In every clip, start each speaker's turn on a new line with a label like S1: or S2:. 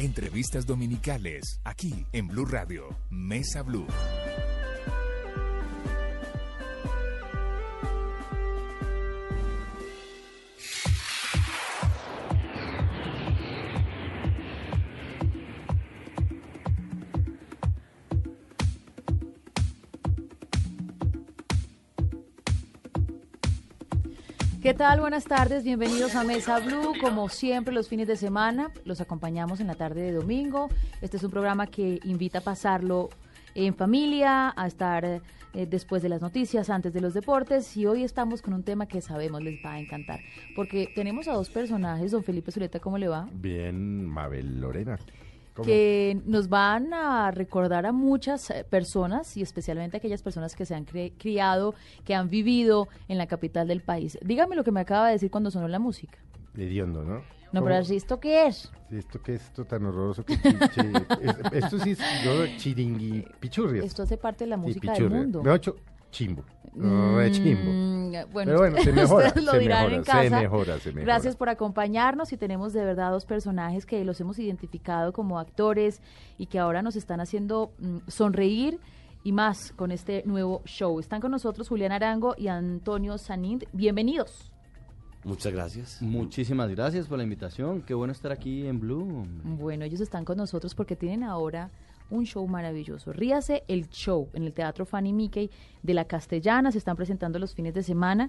S1: Entrevistas dominicales, aquí en Blue Radio, Mesa Blue.
S2: ¿Qué tal? Buenas tardes, bienvenidos a Mesa Blue. Como siempre, los fines de semana los acompañamos en la tarde de domingo. Este es un programa que invita a pasarlo en familia, a estar eh, después de las noticias, antes de los deportes. Y hoy estamos con un tema que sabemos les va a encantar, porque tenemos a dos personajes, don Felipe Zuleta, ¿cómo le va?
S3: Bien, Mabel Lorena. ¿Cómo?
S2: que nos van a recordar a muchas eh, personas y especialmente a aquellas personas que se han cre- criado, que han vivido en la capital del país. Dígame lo que me acaba de decir cuando sonó la música.
S3: Hediondo, ¿no?
S2: No,
S3: ¿Cómo?
S2: pero así, ¿esto qué es?
S3: Esto que es esto tan horroroso que... chi- chi- es- esto sí es yo, chiringui pichurrias.
S2: Eh, Esto hace parte de la
S3: Sí,
S2: música del
S3: pichurria.
S2: mundo.
S3: Me ha hecho chimbo. Re chimbo.
S2: Mm,
S3: Pero bueno, se mejora,
S2: ustedes lo
S3: se
S2: dirán
S3: mejora,
S2: en
S3: se
S2: casa.
S3: mejora, se mejora.
S2: Gracias por acompañarnos y tenemos de verdad dos personajes que los hemos identificado como actores y que ahora nos están haciendo mm, sonreír y más con este nuevo show. Están con nosotros Julián Arango y Antonio Sanind. Bienvenidos.
S4: Muchas gracias.
S5: Muchísimas gracias por la invitación. Qué bueno estar aquí en Blue. hombre.
S3: Mm.
S2: Bueno, ellos están con nosotros porque tienen ahora un show maravilloso. Ríase el show en el Teatro Fanny Mickey de la Castellana. Se están presentando los fines de semana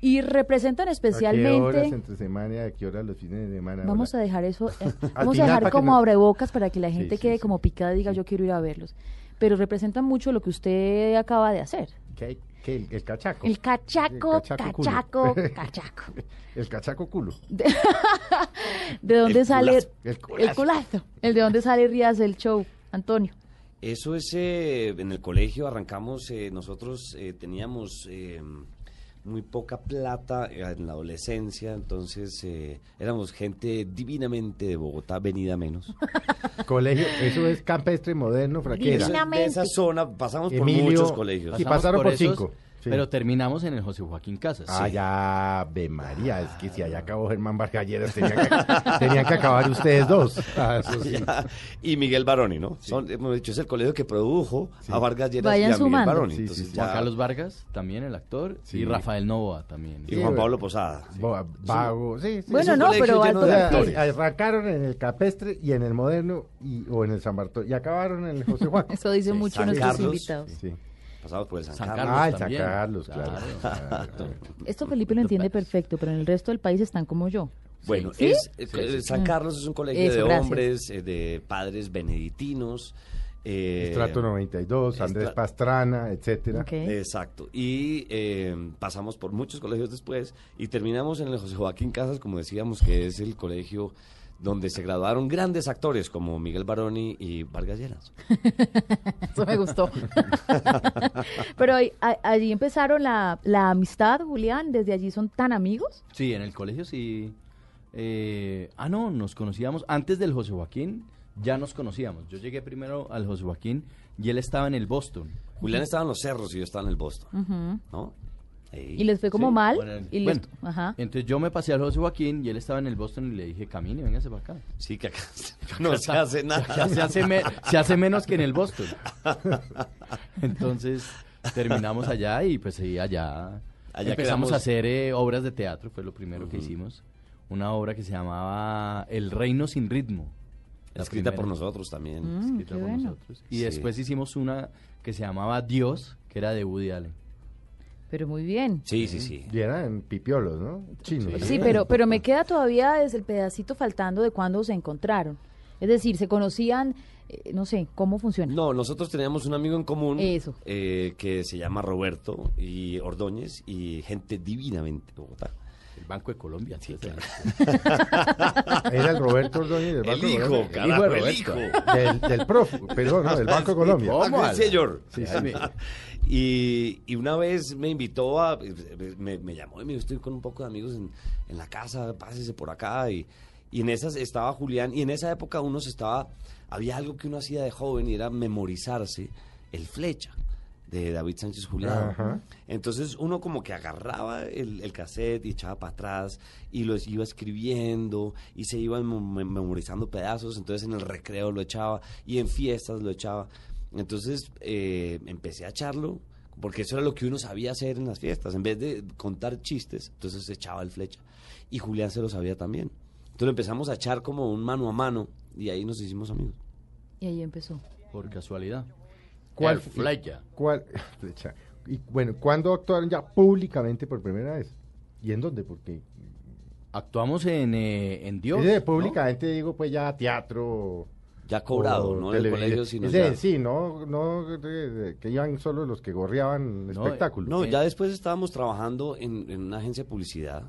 S2: y representan
S3: ¿A
S2: especialmente...
S3: qué horas entre semana? ¿A qué horas los fines de semana?
S2: Vamos
S3: Hola.
S2: a dejar eso, eh, vamos a
S3: Atinar
S2: dejar
S3: para que
S2: como
S3: no-
S2: abrebocas para que la
S3: Sí,
S2: gente
S3: sí,
S2: quede
S3: sí.
S2: como picada y diga yo quiero ir a verlos. Pero representan mucho lo que usted acaba de hacer.
S3: ¿Qué, qué, el, el cachaco.
S2: El cachaco,
S3: El culo.
S2: cachaco, cachaco.
S3: el cachaco culo.
S2: ¿De dónde
S4: El
S2: sale
S4: culazo,
S3: el
S2: el
S3: culazo.
S2: culazo? El de dónde sale Rías el show, Antonio.
S4: Eso es, eh, en el colegio arrancamos, eh, nosotros eh, teníamos eh, muy poca plata eh, en la adolescencia, entonces eh, éramos gente divinamente de Bogotá, venida menos.
S3: Colegio, eso es campestre moderno, fraquera.
S4: Eso es de esa zona pasamos por
S3: Emilio-
S4: muchos colegios.
S3: Y
S5: Pasamos
S3: pasaron por
S5: esos,
S3: cinco, sí.
S5: Pero terminamos en el José Joaquín Casas.
S3: Ah,
S5: Sí.
S3: ya, Ave María, es que si allá acabó Germán Vargalleras, tenían que, tenían que acabar ustedes dos. Ah, eso sí.
S4: y Miguel Baroni, ¿no? Son, hemos dicho, es el colegio que produjo a Vargas Lleras
S2: Vayan
S4: y a Miguel
S2: sumando.
S4: Baroni.
S3: Sí, sí,
S4: entonces
S3: sí.
S5: Juan
S4: ya-
S5: Carlos Vargas, también el actor.
S3: Sí.
S5: Y Rafael Novoa también.
S4: y Juan Pablo Posada.
S3: Bo- Vago, sí, sí.
S2: Bueno,
S3: sí.
S2: no,
S4: colegio
S2: pero
S4: lleno
S2: alto
S3: O
S4: de
S3: sea,
S2: perfil.
S4: actores.
S3: arrancaron en el Capestre y en el Moderno y, o en el San Bartolo y acabaron en el José Juan.
S2: Eso dice
S4: Sí,
S2: mucho
S4: San
S2: nuestros
S4: Carlos.
S2: invitados.
S3: Sí.
S4: Pasamos por el San,
S5: San
S4: Carlos.
S5: Carlos
S3: Ah, el San
S5: también.
S3: Carlos, claro. Claro.
S2: Esto Felipe lo entiende perfecto, pero en el resto del país están como yo.
S4: Bueno,
S2: ¿Sí?
S4: es, eh, eh, San Carlos es un colegio
S2: Eso,
S4: de
S2: gracias.
S4: hombres, eh, de padres benedictinos. eh,
S3: Estrato 92, Andrés
S4: Estra-
S3: Pastrana, etcétera.
S2: Ok.
S4: Exacto. Y eh, pasamos por muchos colegios después y terminamos en el José Joaquín Casas, como decíamos, que es el colegio donde se graduaron grandes actores como Miguel Baroni y Vargas Lleras.
S2: Eso me gustó. Pero ahí- a- allí empezaron la, la amistad, Julián. Desde allí son tan amigos.
S5: Sí, en el colegio sí. Eh, ah, no, nos conocíamos. Antes del José Joaquín ya nos conocíamos. Yo llegué primero al José Joaquín y él estaba en el Boston.
S4: Julián estaba en los cerros y yo estaba en el Boston. ¿No? Ahí.
S2: Mm. Y les fue como
S5: Sí,
S2: mal.
S5: bueno, en-
S2: y les-
S5: bueno,
S2: ajá.
S5: Entonces yo me pasé al José Joaquín y él estaba en el Boston y le dije, camine, véngase para acá.
S4: Sí, que acá no se hace nada.
S5: Ya se hace, me- se hace menos que en el Boston. Entonces terminamos allá y pues sí, allá,
S4: Allá
S5: empezamos
S4: quedamos.
S5: a hacer eh, obras de teatro, fue lo primero que hicimos. Una obra que se llamaba El Reino sin Ritmo. La
S4: Escrita
S5: primera,
S4: por nosotros también.
S5: escrita
S2: Mm, qué
S5: por
S2: bueno.
S5: nosotros. Y
S4: Sí.
S5: después hicimos una que se llamaba Dios, que era de Woody Allen.
S2: Pero muy bien.
S4: Sí, sí, sí.
S3: Y eran pipiolos, ¿no? Chinos.
S2: Sí, pero, pero me queda todavía desde el pedacito faltando de cuando se encontraron. Es decir, se conocían, eh, no sé, cómo funciona.
S4: No, nosotros teníamos un amigo en común
S2: Eso.
S4: eh, que se llama Roberto y Ordóñez y gente divinamente de Bogotá.
S5: El Banco de Colombia, tío.
S3: Era el Roberto Ordóñez del
S4: El
S3: Banco de
S4: hijo,
S3: Colombia.
S4: carajo,
S3: de
S4: el
S3: Roberto.
S4: hijo.
S3: Del, del profe, perdón, no, del Banco de Colombia.
S4: Ah, sí, señor.
S3: Sí, sí.
S4: Y, y una vez me invitó a. Me, me llamó y me dijo: Estoy con un poco de amigos en, en la casa, pásese por acá. Y, y en esas estaba Julián. Y en esa época uno se estaba. Había algo que uno hacía de joven y era memorizarse el flecha de David Sánchez Julián.
S3: Ajá.
S4: Entonces uno como que agarraba el, el cassette y echaba para atrás y lo iba escribiendo y se iban memorizando pedazos, entonces en el recreo lo echaba y en fiestas lo echaba. Entonces eh, empecé a echarlo porque eso era lo que uno sabía hacer en las fiestas, en vez de contar chistes, entonces echaba el flecha y Julián se lo sabía también. Entonces lo empezamos a echar como un mano a mano y ahí nos hicimos amigos.
S2: Y ahí empezó.
S5: Por casualidad.
S3: ¿Cuál
S5: El
S3: fue-
S5: flecha?
S3: ¿Cuál? Flecha. Y bueno, ¿cuándo actuaron ya públicamente por primera vez? ¿Y en dónde? Porque
S5: Actuamos en, eh, en Dios.
S3: es de
S5: ¿no?
S3: públicamente digo pues ya teatro.
S4: Ya cobrado,
S3: o
S4: no del
S3: televisión.
S4: colegio, sino
S3: Es de-
S4: ya-
S3: sí, no, no de- de- que iban solo los que gorreaban
S5: No,
S3: espectáculos.
S4: No, ya después estábamos trabajando en, en una agencia de publicidad.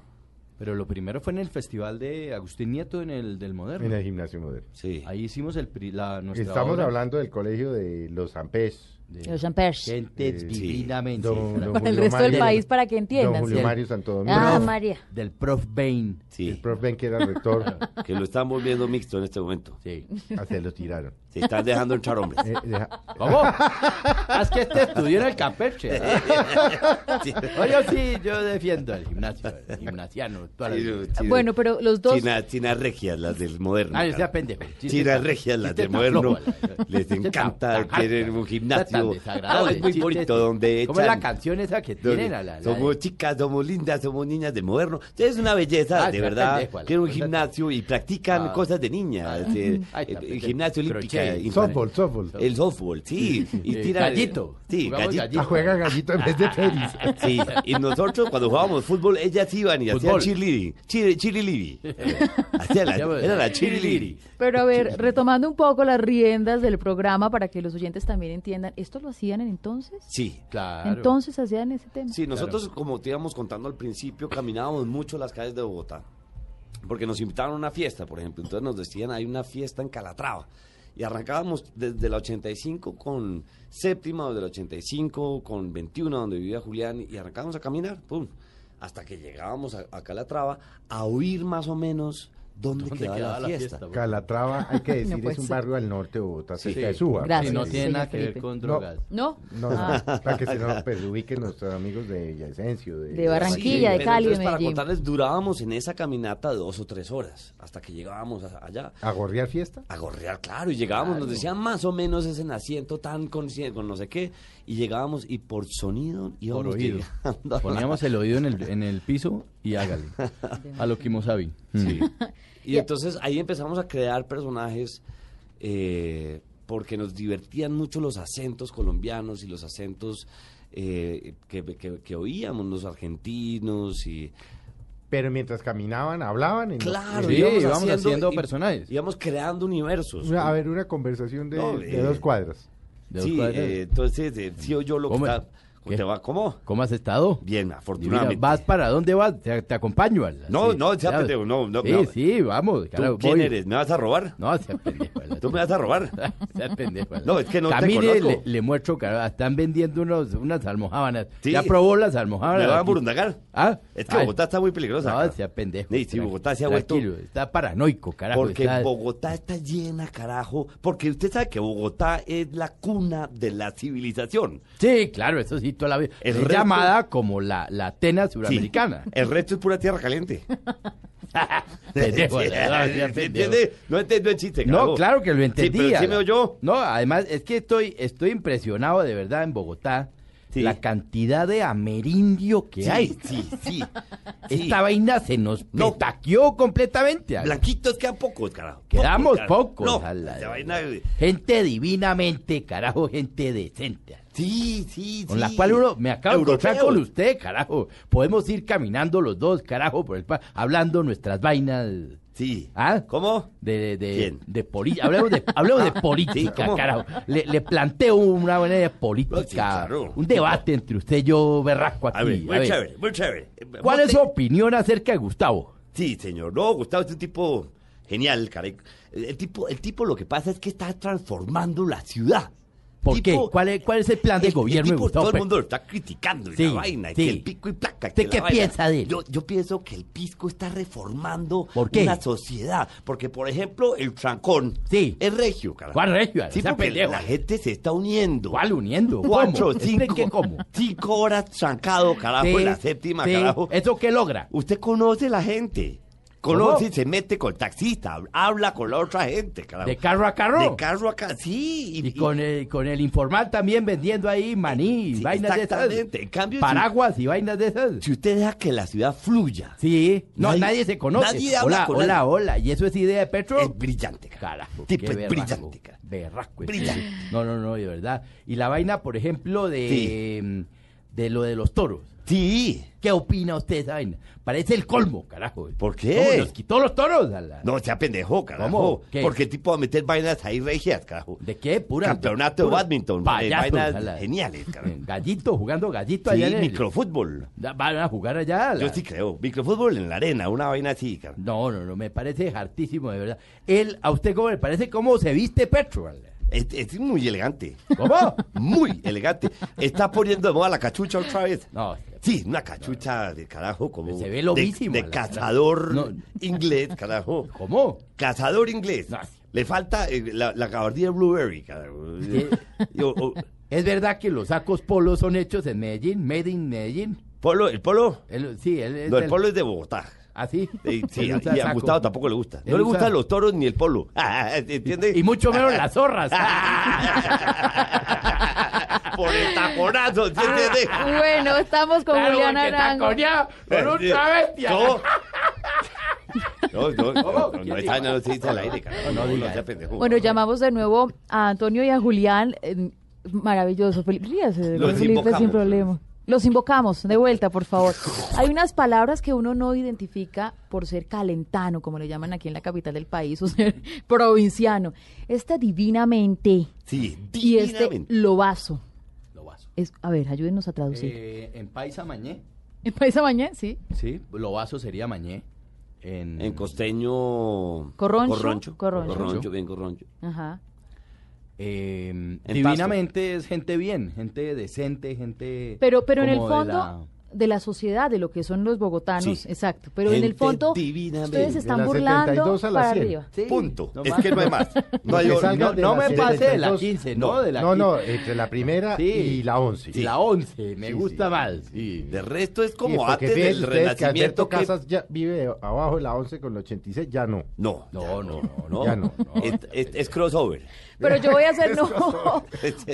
S5: Pero lo primero fue en el festival de Agustín Nieto en el del Moderno.
S3: En el gimnasio moderno.
S4: Sí.
S5: Ahí hicimos el pri- la, nuestra
S3: Estamos
S5: obra
S3: hablando del colegio de los Ampés.
S5: de
S2: Los Ampers.
S4: Eh,
S5: gente
S3: Sí.
S5: divinamente.
S3: Don- don
S2: Para el
S3: Julio
S2: resto del
S3: Mario-
S2: país, para que
S3: Don
S2: entiendan.
S3: Julio
S2: ¿sí?
S3: Mario Santo Domingo.
S2: Ah,
S3: Prof.
S2: María.
S5: Del Prof Bain.
S3: El
S4: Sí,
S3: prof Ben, que era el rector,
S4: que lo están volviendo mixto en este momento.
S5: Sí.
S3: ah, se lo tiraron.
S4: Se están dejando entrar hombres.
S3: Eh, deja-
S5: ¿Cómo? es que este estudió en el Campeche.
S4: Sí.
S5: Oye, sí, yo defiendo el gimnasio, el gimnasiano. toda la
S4: Sí,
S5: vida.
S4: sí.
S2: Bueno, pues, pero los dos.
S4: China, China regias, las del moderno.
S5: Ay,
S4: cara.
S5: sea Ah, pendejo. Sí,
S4: China
S5: sí,
S4: regias, las
S5: sí,
S4: del
S5: está
S4: moderno.
S5: flojo, la-
S4: Les
S5: sí, está
S4: encanta.
S5: tajante,
S4: Quieren un
S5: está
S4: gimnasio.
S5: tan desagradable,
S4: Ah, es muy
S5: chiste
S4: bonito
S5: ese.
S4: donde
S5: ¿Cómo es la
S4: echan-
S5: canción esa que
S4: donde
S5: tienen a la, la
S4: somos
S5: de-
S4: chicas, somos lindas, somos niñas de moderno. Es una belleza,
S5: Ah,
S4: de
S5: ya
S4: verdad.
S5: pendejo, la
S4: Quieren un
S5: cosa-
S4: gimnasio y practican
S5: Ah.
S4: cosas de niñas. eh,
S5: Ay,
S4: el,
S5: está pendejo.
S4: gimnasio olímpica.
S5: Crochet.
S4: infantil.
S3: Softball, softball.
S4: El softball, sí. Y
S5: Eh,
S4: tira
S5: gallito.
S4: Sí,
S5: Jugamos
S4: gallito.
S5: gallito.
S3: Ah, juega gallito en vez de tenis.
S4: Sí, y nosotros cuando jugábamos fútbol, ellas iban y hacían
S5: Fútbol.
S4: cheerleading. Cheer, cheerleading. Eh, hacían la- era la cheerleading.
S2: Pero a ver, retomando un poco las riendas del programa para que los oyentes también entiendan, ¿esto lo hacían en entonces?
S4: Sí.
S5: Claro.
S2: Entonces hacían ese tema.
S4: Sí, nosotros, como te íbamos contando al principio, caminábamos mucho las calles de Bogotá. Porque nos invitaron a una fiesta, por ejemplo. Entonces nos decían, hay una fiesta en Calatrava. Y arrancábamos desde la 85 con séptima, desde la 85 con 21, donde vivía Julián, y arrancábamos a caminar, pum, hasta que llegábamos a, a Calatrava a oír más o menos dónde,
S5: ¿Dónde
S4: quedaba, la fiesta.
S5: bro?
S3: Calatrava, hay que decir,
S2: No puede
S3: es un
S2: ser.
S3: barrio al norte de Bogotá,
S5: Sí.
S3: cerca de Suba.
S2: Gracias.
S5: Que no
S3: Sí.
S5: tiene
S2: señor
S5: nada que ver
S2: Felipe.
S5: con
S3: No.
S5: drogas.
S2: ¿No?
S3: No, no, para que se nos perjudiquen nuestros amigos de Villavicencio. De,
S2: De Barranquilla, de
S4: pero
S2: Cali, de
S4: entonces, para
S2: Medellín.
S4: contarles, durábamos en esa caminata dos o tres horas hasta que llegábamos a- allá.
S3: ¿A gorrear fiesta?
S4: A gorrear, claro, y llegábamos, nos decían más o menos es en asiento tan consciente, con no sé qué, y llegábamos y por sonido íbamos
S5: Por oído.
S4: llegando a la-
S5: Poníamos el oído en el, en el piso y hágale. A lo Mm. Kimo Sabi.
S4: Sí. Y entonces ahí empezamos a crear personajes eh, porque nos divertían mucho los acentos colombianos y los acentos eh, que, que- que oíamos, los argentinos y...
S3: Pero mientras caminaban, hablaban. en los-
S4: Claro,
S5: Sí,
S4: íbamos,
S5: íbamos haciendo
S4: y-
S5: personajes.
S4: Íbamos creando universos.
S3: Una- a ver, una conversación de,
S4: No,
S3: de
S4: eh,
S3: dos cuadras.
S5: De
S4: sí,
S5: Oscar.
S4: eh, entonces, eh, sí o yo lo que
S5: Hombre,
S4: está-
S5: ¿qué?
S4: te va, ¿Cómo?
S5: ¿Cómo has estado?
S4: Bien,
S5: Y mira,
S4: afortunadamente.
S5: ¿Vas para dónde vas? Te, te acompaño. Al,
S4: No,
S5: así,
S4: no, sea
S5: ¿sabes?
S4: pendejo, no, no,
S5: Sí,
S4: no.
S5: sí, vamos.
S4: ¿Tú
S5: claro,
S4: quién
S5: voy.
S4: eres? ¿Me vas a robar?
S5: No, sea pendejo. al-
S4: ¿Tú me vas a robar?
S5: Sea pendejo, al-
S4: No, es que no te
S5: Camine,
S4: conozco.
S5: le, le muestro, cara, están vendiendo unos, unas almohábanas.
S4: Sí.
S5: ¿Ya probó las
S4: ¿Me
S5: almohábanas?
S4: van a
S5: aquí?
S4: burundagar?
S5: ¿Ah,
S4: Es que
S5: ay,
S4: Bogotá está muy peligrosa.
S5: No,
S4: cara.
S5: sea pendejo.
S4: Sí, sí,
S5: tranqui-
S4: Bogotá se ha vuelto...
S5: tranquilo, Está paranoico, carajo.
S4: Porque
S5: está-
S4: Bogotá está llena, carajo. Porque usted sabe que Bogotá es la cuna de la civilización.
S5: Sí, claro, eso sí, toda la vida.
S4: El
S5: Es
S4: resto-
S5: llamada como la, la Atena
S4: Sí.
S5: suramericana.
S4: El resto es pura tierra caliente.
S5: Pendejo,
S4: Sí,
S5: la-
S4: ¿me
S5: la-
S4: entiende? No entiendo el chiste,
S5: No,
S4: carajo.
S5: claro que lo
S4: Sí,
S5: entendía.
S4: pero sí me oyó.
S5: No, además es que estoy, estoy impresionado de verdad en Bogotá.
S4: Sí.
S5: La cantidad de amerindio que
S4: Sí,
S5: hay.
S4: sí, sí.
S5: Esta vaina se nos
S4: No.
S5: petaqueó completamente.
S4: Blanquitos quedan pocos, carajo.
S5: Quedamos
S4: carajo.
S5: pocos.
S4: No,
S5: a la-
S4: esa vaina-
S5: Gente divinamente, carajo, gente decente.
S4: Sí, sí,
S5: Con
S4: sí.
S5: la cual uno me acaba de encontrar
S4: Europeos.
S5: con usted, carajo. Podemos ir caminando los dos, carajo, por el pa- hablando nuestras vainas
S4: Sí.
S5: ¿Ah?
S4: ¿Cómo?
S5: De, de,
S4: ¿Quién? Ah,
S5: de poli- hablemos de, hablemos de
S4: Sí,
S5: política,
S4: ¿cómo?
S5: carajo. Le, le planteo una buena idea de política,
S4: Sí, claro.
S5: un debate entre usted y yo, berraco aquí.
S4: A ver,
S5: A
S4: muy
S5: ver,
S4: chévere, muy chévere.
S5: ¿Cuál es su
S4: Vote-
S5: opinión acerca de Gustavo?
S4: Sí, señor. No, Gustavo es un tipo genial, caray. El tipo, el tipo lo que pasa es que está transformando la ciudad.
S5: ¿Por
S4: Tipo-
S5: qué? ¿Cuál es, ¿Cuál es el plan de
S4: El- el
S5: gobierno de
S4: tipo,
S5: Gustavo?
S4: Todo el
S5: Petro?
S4: mundo lo está criticando y
S5: Sí,
S4: la vaina, y
S5: sí.
S4: que el pico y placa.
S5: ¿Usted
S4: que la
S5: qué
S4: vaina.
S5: piensa de él?
S4: Yo, yo pienso que el pisco está reformando
S5: ¿Por qué?
S4: una sociedad. Porque, por ejemplo, el trancón
S5: Sí.
S4: es regio, carajo.
S5: ¿Cuál regio?
S4: Sí,
S5: O sea,
S4: porque
S5: pendejo.
S4: la gente se está uniendo.
S5: ¿Cuál uniendo? ¿Cómo?
S4: Cuatro,
S5: ¿Este
S4: cinco,
S5: qué cómo?
S4: cinco horas trancado, carajo, en Ah, pues la
S5: Sí,
S4: séptima,
S5: sí.
S4: carajo.
S5: ¿Eso qué logra?
S4: Usted conoce la gente. Conoce, y se mete con el taxista, habla con la otra gente, carajo.
S5: ¿De carro a carro?
S4: De carro a carro, sí.
S5: Y con el, con el informal también vendiendo ahí maní y
S4: Sí,
S5: vainas de esas.
S4: exactamente. En cambio, si-
S5: Paraguas y vainas de esas.
S4: Si usted deja que la ciudad fluya,
S5: Sí, no,
S4: Nadie-
S5: nadie, se conoce.
S4: nadie habla
S5: hola,
S4: con Eh,
S5: hola,
S4: nadie.
S5: hola. ¿Y eso es idea de Petro?
S4: es brillante. cara.
S5: Carajo,
S4: Tipo,
S5: qué
S4: es
S5: berraco,
S4: brillante. cara.
S5: berraco, es
S4: Brillante.
S5: que- No, no, no, de verdad. Y la vaina, por ejemplo, de, em, de lo de los toros.
S4: Sí.
S5: ¿Qué opina usted de esa vaina? Parece el colmo, carajo.
S4: ¿Por qué?
S5: ¿Cómo nos quitó los toros? a la-
S4: No, sea pendejo, carajo.
S5: ¿Cómo? ¿Qué?
S4: Porque el tipo va a meter vainas ahí regias, carajo.
S5: ¿De qué? Pura,
S4: Campeonato de
S5: pura-
S4: badminton. eh,
S5: payasos, a la-
S4: vainas geniales, carajo.
S5: Gallito, jugando gallito
S4: Sí,
S5: allá en el-
S4: microfútbol.
S5: Da- Van a jugar allá. a la-
S4: Yo sí creo. Microfútbol en la arena, una vaina así, carajo.
S5: No, no, no, me parece hartísimo, de verdad. Él, ¿A usted cómo le parece cómo se viste Petro? a la-
S4: Es, es muy elegante.
S5: ¿Cómo?
S4: Muy elegante. Está poniendo de moda la cachucha otra vez.
S5: No,
S4: Sí, una cachucha de carajo como...
S5: Se ve
S4: de-
S5: lobísimo,
S4: De,
S5: la-
S4: cazador
S5: No.
S4: inglés, carajo.
S5: ¿cómo?
S4: Cazador inglés.
S5: No.
S4: Le falta eh, la, la gabardina Blueberry, carajo.
S5: Sí.
S4: Yo, o-
S5: ¿Es verdad que los sacos polos son hechos en Medellín? ¿Made in Medellín?
S4: polo, ¿El polo?
S5: Él- sí, él es
S4: No, el
S5: del-
S4: polo es de Bogotá.
S5: ¿Ah, sí?
S4: Sí, sí,
S5: Él usa
S4: y a
S5: saco.
S4: Gustavo tampoco le gusta. No
S5: Él
S4: le
S5: usa-
S4: gustan los toros ni el polo. ¿Entiendes?
S5: Y mucho menos las zorras.
S4: Por el taconazo, ¿sí entiendes?
S5: Ah,
S2: Bueno, estamos con
S5: Claro,
S2: Julián
S5: porque está
S2: Arango.
S5: coñado
S4: Eh,
S5: con un travesti.
S4: No. No, no, no, no,
S5: ¿Quién
S4: no,
S5: dijo?
S4: esa no se dice al aire, carajo. No, no, sea pendejo.
S2: Bueno, llamamos de nuevo a Antonio y a Julián. eh, Maravilloso. Fel- ríase,
S4: Los
S2: Felipe, sin
S4: invocamos.
S2: problema. Los invocamos, de vuelta, por favor. Hay unas palabras que uno no identifica por ser calentano, como le llaman aquí en la capital del país, o ser provinciano. Esta divinamente
S4: Sí,
S2: y este
S4: divinamente.
S2: lobazo.
S6: Lo vaso.
S2: Es, a ver, ayúdenos a traducir.
S6: Eh, en paisa mañé,
S2: ¿En Paisa Mañé? Sí.
S6: sí, lo vaso sería mañé. En,
S3: Mm.
S4: En costeño.
S2: Corroncho,
S4: Corroncho.
S2: corroncho.
S4: bien corroncho.
S2: Ajá.
S6: eh,
S5: em,
S4: Pasto.
S6: divinamente es gente bien, gente decente, gente...
S2: Pero, pero en el
S6: como de
S2: fondo, de la...
S6: la-
S2: sociedad, de lo que son los bogotanos,
S4: Sí.
S2: exacto. Pero en el
S4: Gente
S2: fondo,
S4: divinamente.
S2: ustedes
S4: De
S2: están
S3: la
S2: burlando
S3: 72 a la
S2: para
S3: 100.
S2: arriba.
S6: Sí,
S4: Punto.
S6: no
S4: es
S6: más.
S4: que no hay más.
S3: Lo que
S4: No, hay-
S3: salga
S6: no,
S3: de
S6: no
S3: la
S6: me pase de la
S3: 72,
S6: 15, no, de la
S3: No,
S6: 15.
S3: no, entre la primera
S6: Sí.
S3: y la once.
S6: Y La 11, me
S3: Sí,
S6: gusta
S3: sí.
S6: más. sí.
S4: De resto es
S3: Sí,
S4: como
S3: porque
S4: antes del
S3: fíjense ustedes que
S4: renacimiento.
S3: Alberto
S4: que-
S3: Casas ya vive abajo de la 11 con el 86, ya no.
S4: No,
S6: No,
S4: ya
S6: no, no,
S4: no.
S3: ya no.
S4: Es, es- es crossover.
S2: Pero yo voy a hacer, no,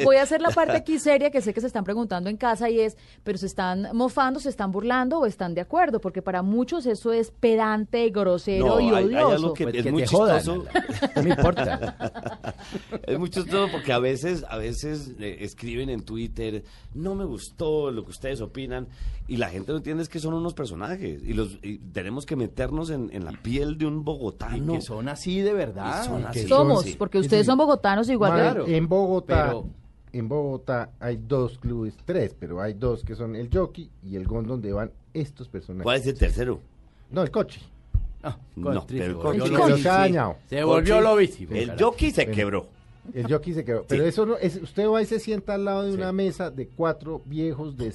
S2: voy a hacer la parte aquí seria que sé que se están preguntando en casa y es, pero se están mofando, se están burlando o están de acuerdo, porque para muchos eso es pedante, grosero
S4: No,
S2: y
S4: hay- hay
S2: odioso.
S4: algo que-
S6: Pues
S4: es
S6: que
S4: muy
S6: te jodan,
S4: chistoso.
S6: Ana. No me importa.
S4: Es mucho todo porque a veces, a veces eh, escriben en Twitter, no me gustó lo que ustedes opinan, y la gente no entiende es que son unos personajes, y los y tenemos que meternos en, en la piel de un
S6: Y
S4: bogotano.
S6: que son así de verdad.
S4: Y son
S6: que
S4: así.
S2: Somos,
S4: Sí.
S2: porque ustedes son bogotanos igual que-
S3: Madre,
S6: claro,
S3: en Bogotá,
S6: pero-
S3: en Bogotá hay dos clubes, tres, pero hay dos que son el jockey y el gond donde van estos personajes.
S4: ¿Cuál es el tercero?
S3: No, el coche.
S6: Ah,
S4: No,
S6: Contri
S4: pero
S6: se volvió
S4: Contri-
S3: Que
S6: lobo.
S3: los ha dañado.
S6: Se volvió
S4: Contri-
S6: lobísimo.
S4: El
S6: carajo.
S4: jockey se quebró.
S3: El jockey se quedó. Pero eso no, es, usted va y se sienta al lado de una mesa de cuatro viejos de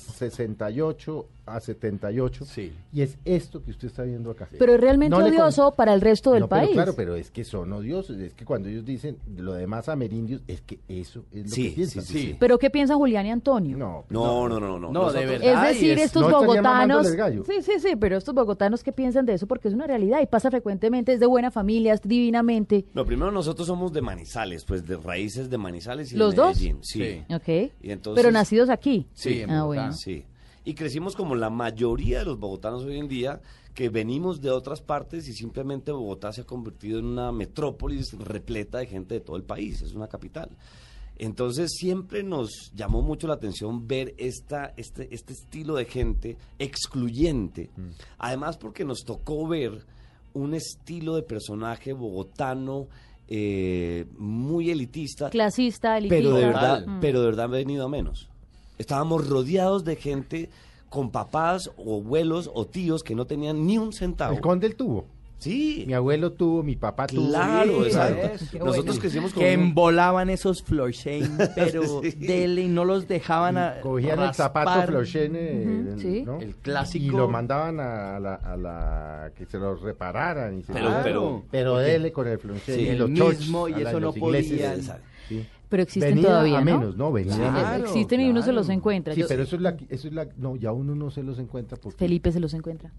S3: 68 a 78.
S6: Sí.
S3: Y es esto que usted está viendo acá.
S2: Pero es realmente
S3: No le
S2: odioso para el resto del
S3: No, pero
S2: país.
S3: claro, pero es que son odiosos. Es que cuando ellos dicen lo demás amerindios, es que eso es lo
S4: Sí,
S3: que piensan.
S4: sí, sí.
S2: Pero ¿qué piensan Julián y Antonio?
S3: No,
S4: No, no, no, no.
S6: No, de
S4: Nosotros-
S6: verdad.
S2: Es
S6: y
S2: decir,
S6: es-
S2: estos
S3: no estaría
S2: bogotanos.
S3: mamándoles gallo.
S2: Sí, sí, sí, pero estos bogotanos, ¿qué piensan de eso? Porque es una realidad y pasa frecuentemente, es de buena familia, es divinamente.
S4: No, primero nosotros somos de Manizales, pues de raíces de Manizales y de
S2: ¿Los dos?
S4: Medellín, sí.
S6: Sí.
S2: Ok.
S4: Y entonces-
S2: pero nacidos aquí.
S6: Sí, en
S2: Ah,
S6: Bogotá.
S2: bueno.
S4: Sí. Y crecimos como la mayoría de los bogotanos hoy en día, que venimos de otras partes y simplemente Bogotá se ha convertido en una metrópolis repleta de gente de todo el país, es una capital. Entonces siempre nos llamó mucho la atención ver esta, este, este estilo de gente excluyente. Además porque nos tocó ver un estilo de personaje bogotano eh, muy elitista,
S2: Clasista, elitista.
S4: pero de verdad,
S2: Mm.
S4: pero de verdad han venido a menos. Estábamos rodeados de gente con papás o abuelos o tíos que no tenían ni un centavo.
S3: El conde el tuvo.
S4: Sí,
S5: Eh.
S3: Mi abuelo tuvo, mi papá tuvo.
S4: claro,
S3: Sí,
S4: exacto.
S3: claro.
S4: Nosotros crecimos con
S5: Que
S4: un-
S5: embolaban esos Florschein, pero dele y no los dejaban a
S3: Cogían el zapato
S5: raspar.
S3: Flochen, eh,
S2: Ujú,
S3: el-
S2: sí.
S3: ¿no?
S5: El clásico.
S3: Y lo mandaban a, a la, a la- que se lo repararan. Y se
S4: Pero-
S3: lo-
S4: pero-
S3: pero dele con el Flochen.
S5: Sí,
S3: y
S5: el
S3: los
S5: mismo, y
S3: chochs, a la-
S5: eso
S3: y
S5: no
S3: los ingleses,
S5: podían.
S3: exacto, sí.
S2: Pero existen
S3: Venida
S2: todavía,
S3: a
S2: ¿no?
S3: menos, no, venía a
S2: Sí,
S3: menos.
S2: existen y uno se los encuentra.
S3: Sí,
S2: Yo-
S3: pero eso es la, eso es la, no, ya uno no se los encuentra porque,
S2: Felipe se los encuentra.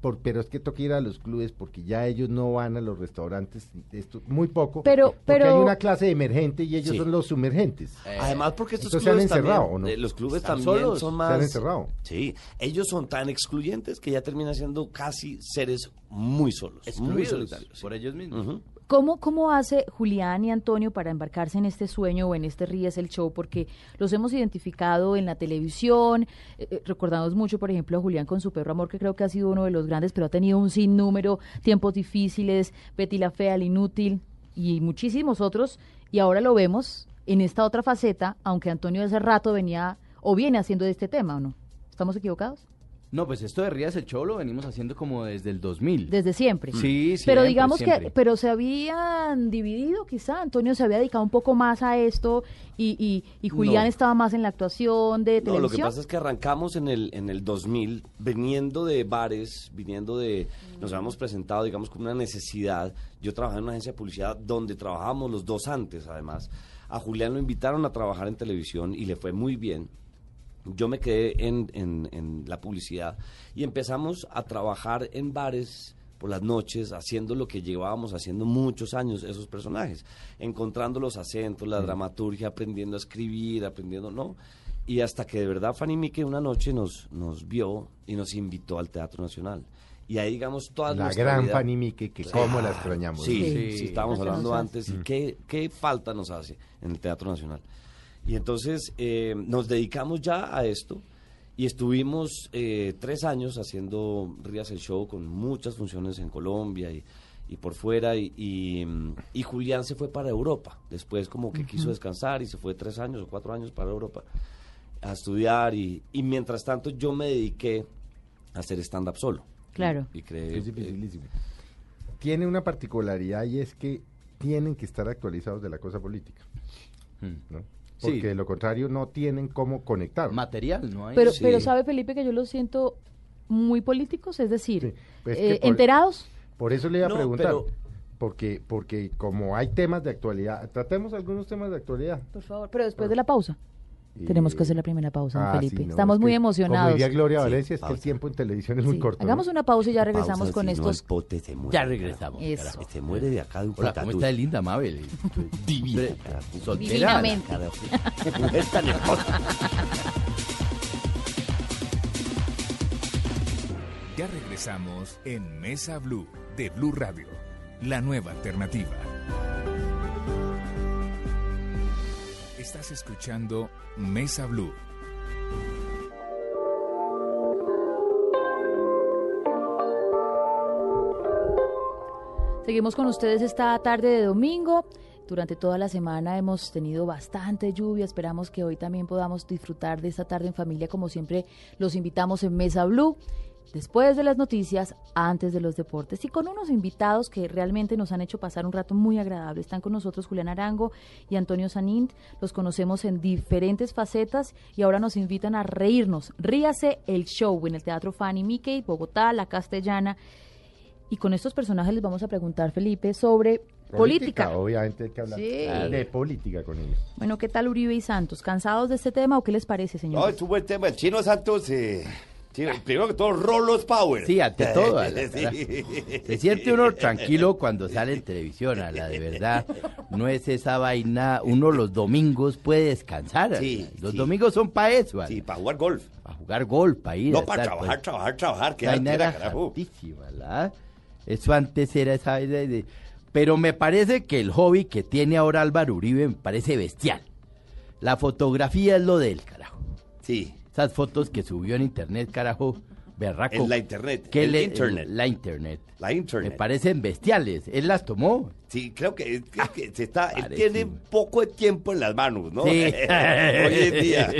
S3: por- pero es que toca ir a los clubes porque ya ellos no van a los restaurantes, esto muy poco.
S2: Pero-
S3: porque
S2: pero-
S3: hay una clase de emergente y ellos
S4: Sí. Eh,
S3: son los sumergentes.
S4: Además, porque estos
S3: Entonces, ¿se han
S4: clubes
S3: encerrado
S4: también,
S3: o no?
S4: eh, los clubes
S5: Eh, ¿Están
S4: también
S5: solos?
S4: son
S5: ¿Se
S4: más.
S3: han encerrado?
S4: Sí, ellos son tan excluyentes que ya terminan siendo casi seres muy solos, muy
S5: Excluidos
S4: solitarios. sí.
S5: Por ellos mismos.
S4: Ujú.
S2: ¿Cómo, ¿Cómo hace Julián y Antonio para embarcarse en este sueño o en este Ríes el Show? Porque los hemos identificado en la televisión. eh, eh, recordamos mucho, por ejemplo, a Julián con su perro amor, que creo que ha sido uno de los grandes, pero ha tenido un sinnúmero, tiempos difíciles, Betty la Fea, el Inútil y muchísimos otros. Y ahora lo vemos en esta otra faceta, aunque Antonio hace rato venía o viene haciendo de este tema, ¿o no? ¿Estamos equivocados?
S5: No, pues esto de Rías el Show lo venimos haciendo como desde el 2000.
S2: Desde siempre.
S5: Sí, sí.
S2: pero digamos que, pero se habían dividido quizá, Antonio se había dedicado un poco más a esto y, y, y Julián
S4: No.
S2: estaba más en la actuación de
S4: No,
S2: televisión.
S4: lo que pasa es que arrancamos en el, en el 2000 viniendo de bares, viniendo de... Nos
S2: Mm.
S4: habíamos presentado, digamos, con una necesidad. Yo trabajaba en una agencia de publicidad donde trabajábamos los dos antes, además. A Julián lo invitaron a trabajar en televisión y le fue muy bien. Yo me quedé en, en- en la publicidad y empezamos a trabajar en bares por las noches, haciendo lo que llevábamos haciendo muchos años esos personajes, encontrando los acentos, la dramaturgia, aprendiendo a escribir, aprendiendo, ¿no? Y hasta que de verdad Fanny Mique una noche nos, nos vio y nos invitó al Teatro Nacional. Y ahí, digamos, todas
S3: La
S4: nuestra
S3: gran
S4: vida-
S3: Panimique, que cómo la extrañamos.
S4: Sí,
S3: ¿no?
S4: sí,
S5: Sí.
S4: sí, estábamos
S2: Falta
S4: hablando
S2: nos
S4: antes. ¿Y qué, qué falta nos hace en el Teatro Nacional? Y entonces eh, nos dedicamos ya a esto y estuvimos eh, tres años haciendo Rías el Show con muchas funciones en Colombia y, y por fuera. Y, y, mm, y Julián se fue para Europa. Después como que quiso descansar y se fue tres años o cuatro años para Europa a estudiar. Y, y mientras tanto yo me dediqué a hacer stand-up solo.
S2: Claro.
S4: Y, y creé...
S3: Es dificilísimo. Tiene una particularidad y es que tienen que estar actualizados de la cosa política,
S6: Mm.
S3: ¿no?
S5: Sí.
S3: Porque de lo contrario no tienen cómo conectar.
S5: Material, ¿no? hay
S2: pero,
S4: Sí.
S2: pero sabe Felipe que yo los siento muy políticos, es decir,
S3: Sí, pues es que
S2: eh,
S3: por-
S2: enterados.
S3: Por eso le iba a
S4: No,
S3: preguntar.
S4: pero-
S3: Porque, porque como hay temas de actualidad, tratemos algunos temas de actualidad.
S2: Por favor, pero después de la pausa. Tenemos que hacer la primera pausa, don
S3: Ah, sí,
S2: Felipe.
S3: no,
S2: Estamos
S3: es
S2: muy
S3: que,
S2: emocionados.
S3: Como diría Gloria
S4: Sí,
S3: Valencia, es que el
S4: pausa.
S3: tiempo en televisión es muy
S2: Sí,
S3: corto. ¿no?
S2: Hagamos una pausa y Pues ya regresamos con estos.
S5: Ya regresamos.
S2: Eso.
S5: carajo.
S4: Se muere de acá de un
S5: Hola, ¿cómo está de linda Mabel? Divina. Soltera.
S2: Divinamente.
S4: Es tan hermosa.
S1: Ya regresamos en Mesa Blue de Blue Radio, la nueva alternativa. Estás escuchando Mesa Blue.
S2: Seguimos con ustedes esta tarde de domingo. Durante toda la semana hemos tenido bastante lluvia. Esperamos que hoy también podamos disfrutar de esta tarde en familia. Como siempre, los invitamos en Mesa Blue. Después de las noticias, antes de los deportes y con unos invitados que realmente nos han hecho pasar un rato muy agradable. Están con nosotros Julián Arango y Antonio Sanint. Los conocemos en diferentes facetas y ahora nos invitan a reírnos. Ríase el show en el Teatro Fanny Mickey, Bogotá, La Castellana. Y con estos personajes les vamos a preguntar, Felipe, sobre política.
S3: Obviamente hay que hablar
S2: Sí.
S3: de política con ellos.
S2: Bueno, ¿qué tal Uribe y Santos? ¿Cansados de este tema o qué les parece,
S7: No,
S2: señor?
S7: es un buen tema. El chino Santos, eh, sí, primero que todo, Rolos Power.
S5: Sí, ante todo. a la-
S7: Sí.
S5: Se siente uno tranquilo cuando sale en televisión, a la de verdad. No es esa vaina. Uno los domingos puede descansar. a la-
S7: Sí,
S5: los
S7: sí.
S5: domingos son para eso, a la-
S7: Sí, para jugar golf.
S5: para jugar gol, para ir. a
S7: No, para
S5: estar,
S7: trabajar,
S5: pues,
S7: trabajar, trabajar, que
S5: vaina era
S7: era, carajo.
S5: hartísima, ¿la? Eso antes era esa vaina de- Pero me parece que el hobby que tiene ahora Álvaro Uribe me parece bestial. La fotografía es lo del carajo.
S7: Sí.
S5: Esas fotos que subió en internet, carajo, berraco.
S4: Es la internet.
S5: ¿Qué
S4: el
S5: le- eh,
S4: internet.
S5: La internet.
S4: La internet.
S5: Me parecen bestiales. Él las tomó.
S4: Sí, creo que, creo que se está, él
S5: parecido.
S4: tiene poco de tiempo en las manos, ¿no?
S5: Sí.
S4: Hoy en día.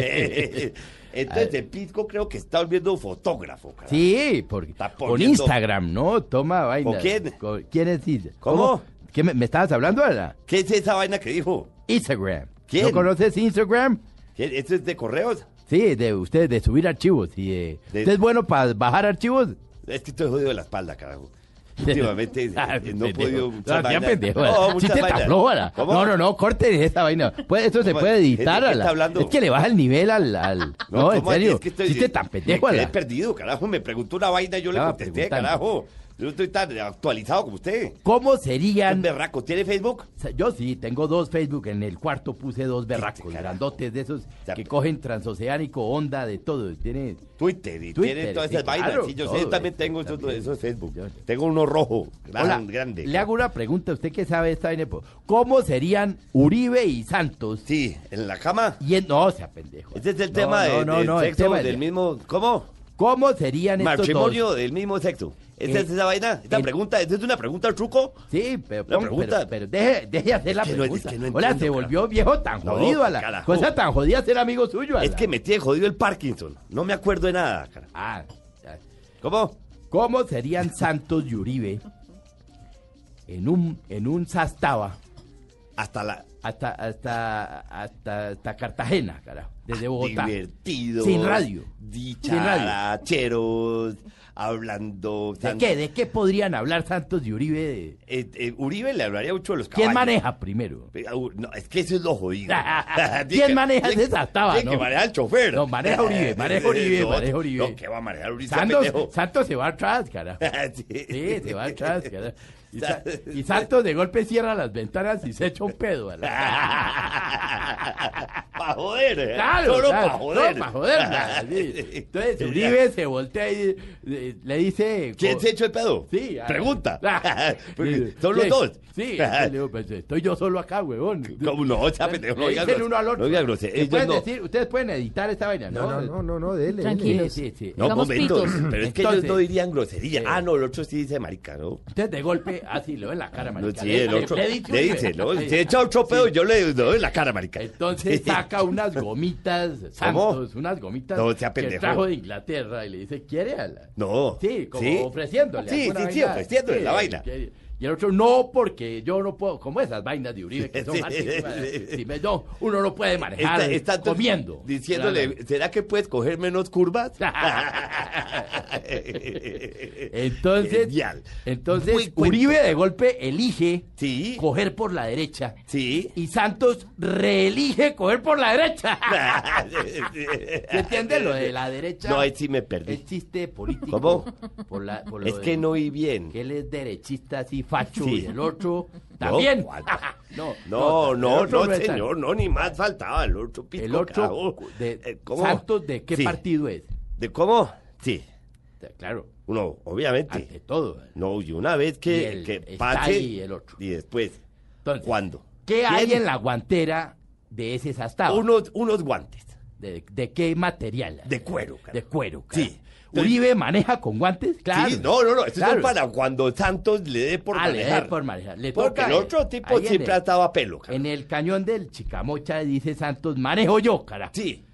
S4: Entonces, el Pisco creo que está volviendo fotógrafo, carajo.
S5: Sí, porque
S4: Está
S5: con
S4: poniendo-
S5: Instagram, ¿no? Toma vaina.
S4: ¿Con quién?
S5: ¿Quién es Instagram?
S4: ¿Cómo?
S5: ¿Qué me, me estabas hablando ahora?
S4: ¿Qué es esa vaina que dijo?
S5: Instagram.
S4: ¿Quién?
S5: ¿No conoces Instagram?
S4: ¿Qué- ¿Esto es de correos?
S5: Sí, de usted, de subir archivos. Y, eh,
S4: De-
S5: ¿Usted es bueno para bajar archivos?
S4: Es que estoy jodido de la espalda, carajo. Últimamente eh,
S5: Ah,
S4: no he
S5: pendejo.
S4: podido. muchas
S5: No, ya
S4: vainas.
S5: pendejo.
S4: No,
S5: Sí
S4: muchas
S5: te
S4: vainas.
S5: tabló, ahora.
S4: ¿Cómo?
S5: No, no, no, corten esa vaina. Pues esto se
S4: ¿Cómo?
S5: puede
S4: ¿De- de
S5: editar.
S4: qué
S5: a
S4: está
S5: la-
S4: hablando?
S5: Es que le baja el nivel al... al- No, en
S4: ¿cómo?
S5: serio.
S4: Es que estoy-
S5: sí te tan pendejo.
S4: me quedé
S5: ala.
S4: perdido, carajo. Me preguntó una vaina, yo le
S5: Estaba
S4: contesté,
S5: preguntando.
S4: carajo. Yo no estoy tan actualizado como usted.
S5: ¿Cómo
S4: Es
S5: serían...
S4: berraco. ¿Tiene Facebook?
S5: O sea, Yo sí, tengo dos Facebook. En el cuarto puse dos berracos,
S4: carajo.
S5: grandotes de esos
S4: Ya,
S5: que
S4: pe-
S5: cogen transoceánico, onda, de todo. Tiene...
S4: Twitter y
S5: Twitter,
S4: tiene todas
S5: sí,
S4: esas vainas.
S5: claro,
S4: sí, yo
S5: todo
S4: sé, también
S5: eso,
S4: tengo esos,
S5: también.
S4: esos Facebook.
S5: Yo-
S4: Tengo uno rojo, gran-
S5: Hola,
S4: grande.
S5: le hago una pregunta a usted que sabe esta vaina, po. ¿Cómo serían Uribe y Santos?
S4: Sí, en la cama.
S5: Y en- no, sea pendejo.
S4: Este es el
S5: No, no,
S4: tema de-
S5: no,
S4: del
S5: no, el
S4: sexo
S5: tema de-
S4: del mismo. ¿Cómo?
S5: ¿Cómo serían estos dos?
S4: Matrimonio del mismo sexo. ¿Esa
S5: Eh,
S4: es esa vaina? ¿Esta
S5: eh,
S4: pregunta? ¿Esta es una pregunta al truco?
S5: Sí, pero,
S4: La
S5: pon-
S4: pregunta-
S5: pero, pero deje, deje hacer la
S4: que no- es
S5: pregunta.
S4: que no
S5: Hola,
S4: entiendo,
S5: se volvió viejo tan
S4: No,
S5: jodido a la
S4: carajo.
S5: cosa tan jodida ser amigo suyo. ala.
S4: Es que me tiene jodido el Parkinson. No me acuerdo de nada, cara.
S5: Ah, ya.
S4: ¿Cómo?
S5: ¿Cómo serían Santos y Uribe en un, en un sastaba
S4: Hasta la.
S5: hasta, hasta, hasta, hasta Cartagena, carajo,
S4: Ah,
S5: desde Bogotá?
S4: Divertidos.
S5: Sin radio.
S4: Dicharacheros. Hablando.
S5: ¿De
S4: tan-
S5: qué? ¿De qué podrían hablar Santos y Uribe? de-
S4: Eh, eh, Uribe le hablaría mucho de los caballos.
S5: ¿Quién maneja primero?
S4: Eh, au- No, es que eso es lo jodido.
S5: ¿Quién maneja
S4: Tiene-
S5: esa estaba,
S4: tiene
S5: no?
S4: que manejar el chofer.
S5: No, maneja Uribe, maneja Uribe,
S4: No,
S5: maneja Uribe.
S4: No, que va a manejar Uribe. sea
S5: Santos,
S4: pendejo.
S5: Santos se va atrás, carajo.
S4: sí.
S5: Sí, se va atrás, carajo. Y, Sa- y Santos de golpe cierra las ventanas y se echa un pedo.
S4: Ah,
S5: a la-
S4: para joder. eh.
S5: Claro,
S4: Solo
S5: claro,
S4: para joder.
S5: no, pa' joder, nada, sí. Entonces Uribe se voltea y eh, le dice...
S4: ¿Quién
S5: co-
S4: se echó el pedo?
S5: Sí. ah,
S4: Pregunta.
S5: ah,
S4: Porque
S5: sí,
S4: Son los
S5: sí,
S4: dos.
S5: Sí, le digo, pues, estoy yo solo acá, huevón.
S4: ¿Cómo no? Ya, pendejo, no
S5: Le
S4: diga
S5: dicen
S4: gros-
S5: uno al otro.
S4: no diga grosero,
S5: ¿Le
S4: ellos
S5: pueden
S4: no.
S5: decir- Ustedes pueden editar esta vaina, ¿no?
S3: No, no, no, no, no, dele.
S2: Tranquilo.
S3: dele.
S5: Sí, sí, sí.
S4: No,
S2: Digamos
S4: momentos.
S2: pitos.
S4: Pero es que
S5: Entonces-
S4: ellos no dirían grosería.
S5: Sí.
S4: Ah, no, el otro sí dice marica, ¿no?
S5: Ustedes de golpe, así, lo ven la cara,
S4: No,
S5: marica.
S4: sí, el otro.
S5: he
S4: Le
S5: dicho,
S4: dice, ¿no?
S5: Sí.
S4: Se echa otro pedo, yo le doy en la cara, marica.
S5: Entonces saca unas gomitas, Santos, unas gomitas
S4: No, sea
S5: que
S4: pendejo.
S5: trajo de Inglaterra y le dice, ¿quiere ala?
S4: No.
S5: Sí, como
S4: Sí.
S5: ofreciéndole.
S4: Sí,
S5: alguna
S4: sí, sí,
S5: vaina.
S4: ofreciéndole la vaina.
S5: que- Y el otro, no, porque yo no puedo, como esas vainas de Uribe que son
S4: Sí,
S5: más
S4: sí,
S5: íntimas.
S4: sí.
S5: Sí, me- no, uno no puede manejar
S4: Está- está tú-
S5: comiendo.
S4: Diciéndole, ¿será que puedes coger menos curvas?
S5: Entonces,
S4: Genial. Muy
S5: entonces
S4: cuento.
S5: Uribe de golpe elige
S4: Sí.
S5: coger por la derecha.
S4: Sí.
S5: Y Santos reelige coger por la derecha. ¿Se entiende lo de la derecha?
S4: No, ahí sí me perdí.
S5: El chiste político.
S4: ¿Cómo?
S5: Por la- por lo
S4: Es
S5: de-
S4: que no vi bien.
S5: Que él es derechista, así facho,
S4: Sí.
S5: y el otro también.
S4: ¿cuál?
S5: No,
S4: No, no,
S5: el otro
S4: no,
S5: es tan-
S4: señor, no, ni más faltaba el otro pico.
S5: El otro,
S4: carajo.
S5: de,
S4: Eh, ¿cómo?
S5: Santos, ¿de qué
S4: Sí.
S5: partido es?
S4: ¿De cómo? Sí,
S5: Claro,
S4: uno, obviamente.
S5: ante todo.
S4: No, y una vez
S5: Y
S4: que,
S5: el-
S4: que
S5: está
S4: pase.
S5: ahí el otro.
S4: Y después.
S5: Entonces,
S4: ¿Cuándo?
S5: ¿Qué hay
S4: ¿Quién?
S5: en la guantera de ese sastado?
S4: Unos, unos guantes.
S5: ¿De, de qué material?
S4: De cuero, cara.
S5: De cuero, cara.
S4: Sí.
S5: ¿Uribe maneja con guantes? Claro.
S4: Sí, no, no, no. Esto
S5: Claro.
S4: es para cuando Santos le dé por
S5: Ah, le
S4: manejar.
S5: dé por manejar. Le
S4: Porque
S5: toca,
S4: el
S5: eh,
S4: otro tipo
S5: ahí en
S4: siempre
S5: el-
S4: estaba pelo, cara.
S5: En el cañón del Chicamocha dice Santos, manejo yo, cara.
S4: Sí.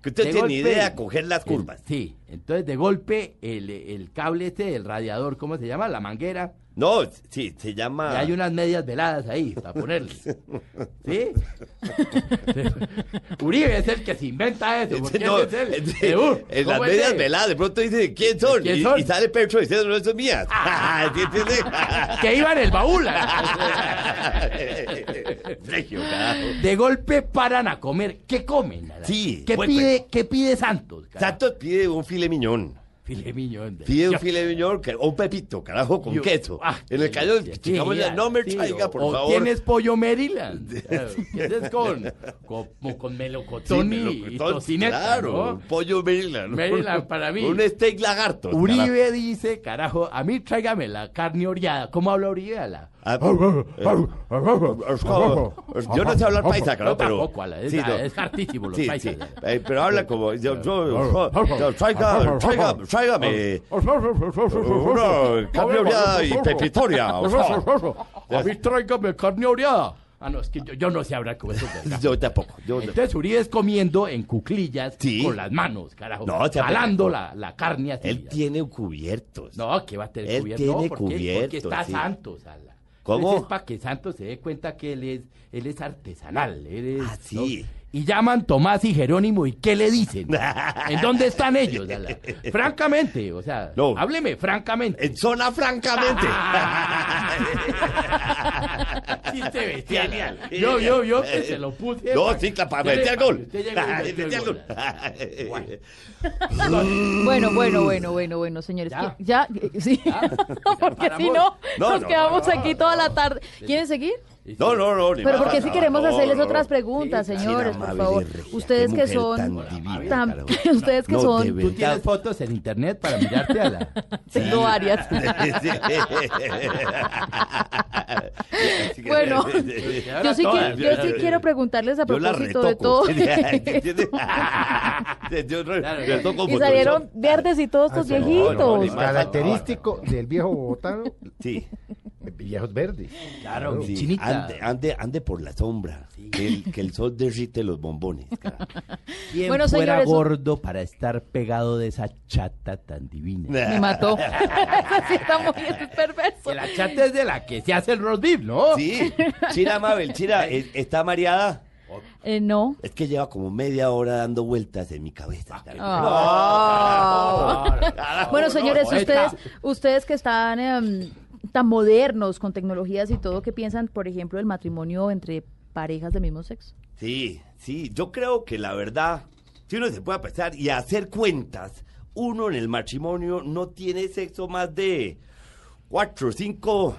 S4: Que usted tiene ni idea coger las curvas.
S5: sí, entonces de golpe el, el cable este, el radiador, ¿cómo se llama? La manguera.
S4: No, sí, se llama.
S5: Y hay unas medias veladas ahí para ponerle. ¿Sí? Uribe es el que se inventa eso. porque
S4: No,
S5: él es el-
S4: en-
S5: eh, uh,
S4: en las
S5: ¿cómo es
S4: medias
S5: él?
S4: veladas, de pronto dice ¿quién son?
S5: ¿Quién
S4: y,
S5: son? Ah.
S4: y sale Petro diciendo, no son mías. ¿Sí entiende?
S5: Que iba en el baúl. ah.
S4: Regio, carajo.
S5: De golpe paran a comer. ¿Qué comen? Ara?
S4: Sí, Pues,
S5: ¿Qué
S4: bueno,
S5: pide, ¿qué pide Santos? cara?
S4: Santos pide un file miñón.
S5: Filet mignon de-
S4: Pide
S5: Yo-
S4: un file miñón que- o un pepito, carajo, con
S5: yo-
S4: queso.
S5: Ah,
S4: en el cañón,
S5: delicia.
S4: chicamos,
S5: Sí,
S4: no me
S5: sí,
S4: traiga,
S5: o-
S4: por
S5: o
S4: favor.
S5: ¿Tienes pollo Maryland? Claro, ¿Tienes con, con, con melocotón,
S4: Sí,
S5: y-
S4: melocotón,
S5: y tocineta?
S4: Claro,
S5: ¿no?
S4: un pollo Maryland.
S5: Maryland para mí.
S4: Un steak lagarto.
S5: Uribe dice, carajo, a mí tráigame la carne oreada. ¿Cómo habla Uribe? A la
S4: Ah, Yo no sé hablar paisa, claro, pero.
S5: tampoco, Ala, es-
S4: no.
S5: es hartísimo los
S4: Sí,
S5: paisas.
S4: sí. Eh, pero habla como. Yo, yo, yo, traiga, traiga, tráigame. Una carne oleada y pepitoria. por favor.
S5: A mí tráigame carne oreada. Ah, no, es que yo, yo no sé hablar con eso. ¿verdad?
S4: Yo tampoco. Yo
S5: Entonces Uribe es comiendo en cuclillas
S4: Sí.
S5: con las manos, carajo.
S4: No, o sea,
S5: jalando la, la carne así.
S4: Él tiene cubiertos.
S5: No, que va a tener
S4: Él
S5: cubierto.
S4: tiene
S5: no, porque, porque
S4: cubiertos,
S5: está
S4: sí.
S5: Santos, ala.
S4: ¿Cómo?
S5: Entonces es para que Santos se dé cuenta que él es, él es artesanal. Él es,
S4: Ah, sí.
S5: ¿no? Y llaman Tomás y Jerónimo y ¿qué le dicen? ¿En dónde están ellos? ala? Francamente, o sea,
S4: No.
S5: hábleme francamente.
S4: En zona, francamente.
S5: Sí se ve, sí, ala.
S4: Genial,
S5: Yo,
S4: genial.
S5: yo, yo que se lo puse.
S4: No,
S5: para-
S4: sí, claro, para
S5: Usted le-
S4: meter gol.
S5: usted llegó y
S4: Para
S5: metió el
S4: meter
S5: gol,
S4: gol.
S5: ala. Bueno.
S2: Bueno, bueno, bueno, bueno, bueno, señores.
S5: Ya.
S2: que- Ya, eh, sí. porque si
S5: Paramos.
S2: no,
S4: No,
S2: nos
S4: no,
S2: quedamos
S4: no,
S2: aquí toda la tarde. ¿Quieren seguir?
S4: No, no, no. ni
S2: Pero
S4: más,
S2: porque si
S4: no,
S2: queremos
S4: no,
S2: hacerles
S4: no,
S2: otras
S4: no.
S2: preguntas,
S4: Sí,
S2: señores,
S4: tan
S2: por
S4: amable,
S2: favor.
S4: regia, qué
S2: Ustedes que
S4: mujer
S2: son
S4: tan divina,
S2: tan-
S4: carajo.
S2: ustedes que
S4: No,
S2: son-
S4: de
S5: Este, ¿Tú
S4: verdad.
S5: tienes fotos en internet para mirarte a la...
S2: tengo varias.
S4: Sí.
S2: Bueno, Yo sí,
S5: todas,
S2: quiero, yo sí quiero preguntarles a
S4: Yo la
S2: propósito de
S4: retoco.
S2: todo.
S4: Yo re-
S5: Claro,
S4: retoco
S2: y
S4: Photoshop.
S2: salieron verdes y todos estos
S3: Ah, sí.
S2: viejitos.
S4: No, no, ni más.
S3: Característico del viejo bogotano,
S4: Sí.
S3: viejos verdes.
S5: Claro, mi
S4: Sí,
S5: chinita.
S4: Ande, ande, ande por la sombra. Que, el, que el sol derrite los bombones. carajo.
S5: ¿Quién
S2: Bueno,
S5: fuera
S2: señores, un-
S5: gordo para estar pegado de esa chata tan divina?
S2: Me mató. Esa sí está muy perverso.
S5: Que la chata es de la que se hace el roast beef, ¿no?
S4: Sí. Chira Mabel, Chira, ¿e- ¿está mareada?
S2: Eh, no.
S4: Es que lleva como media hora dando vueltas en mi cabeza. carajo.
S2: Ah. Bueno,
S5: no,
S2: señores,
S5: no,
S2: ustedes,
S5: esta.
S2: ustedes que están em, tan modernos con tecnologías y todo, ¿qué piensan, por ejemplo, del matrimonio entre parejas del mismo sexo?
S4: Sí, sí, yo creo que la verdad, si uno se puede pensar y hacer cuentas, uno en el matrimonio no tiene sexo más de cuatro o cinco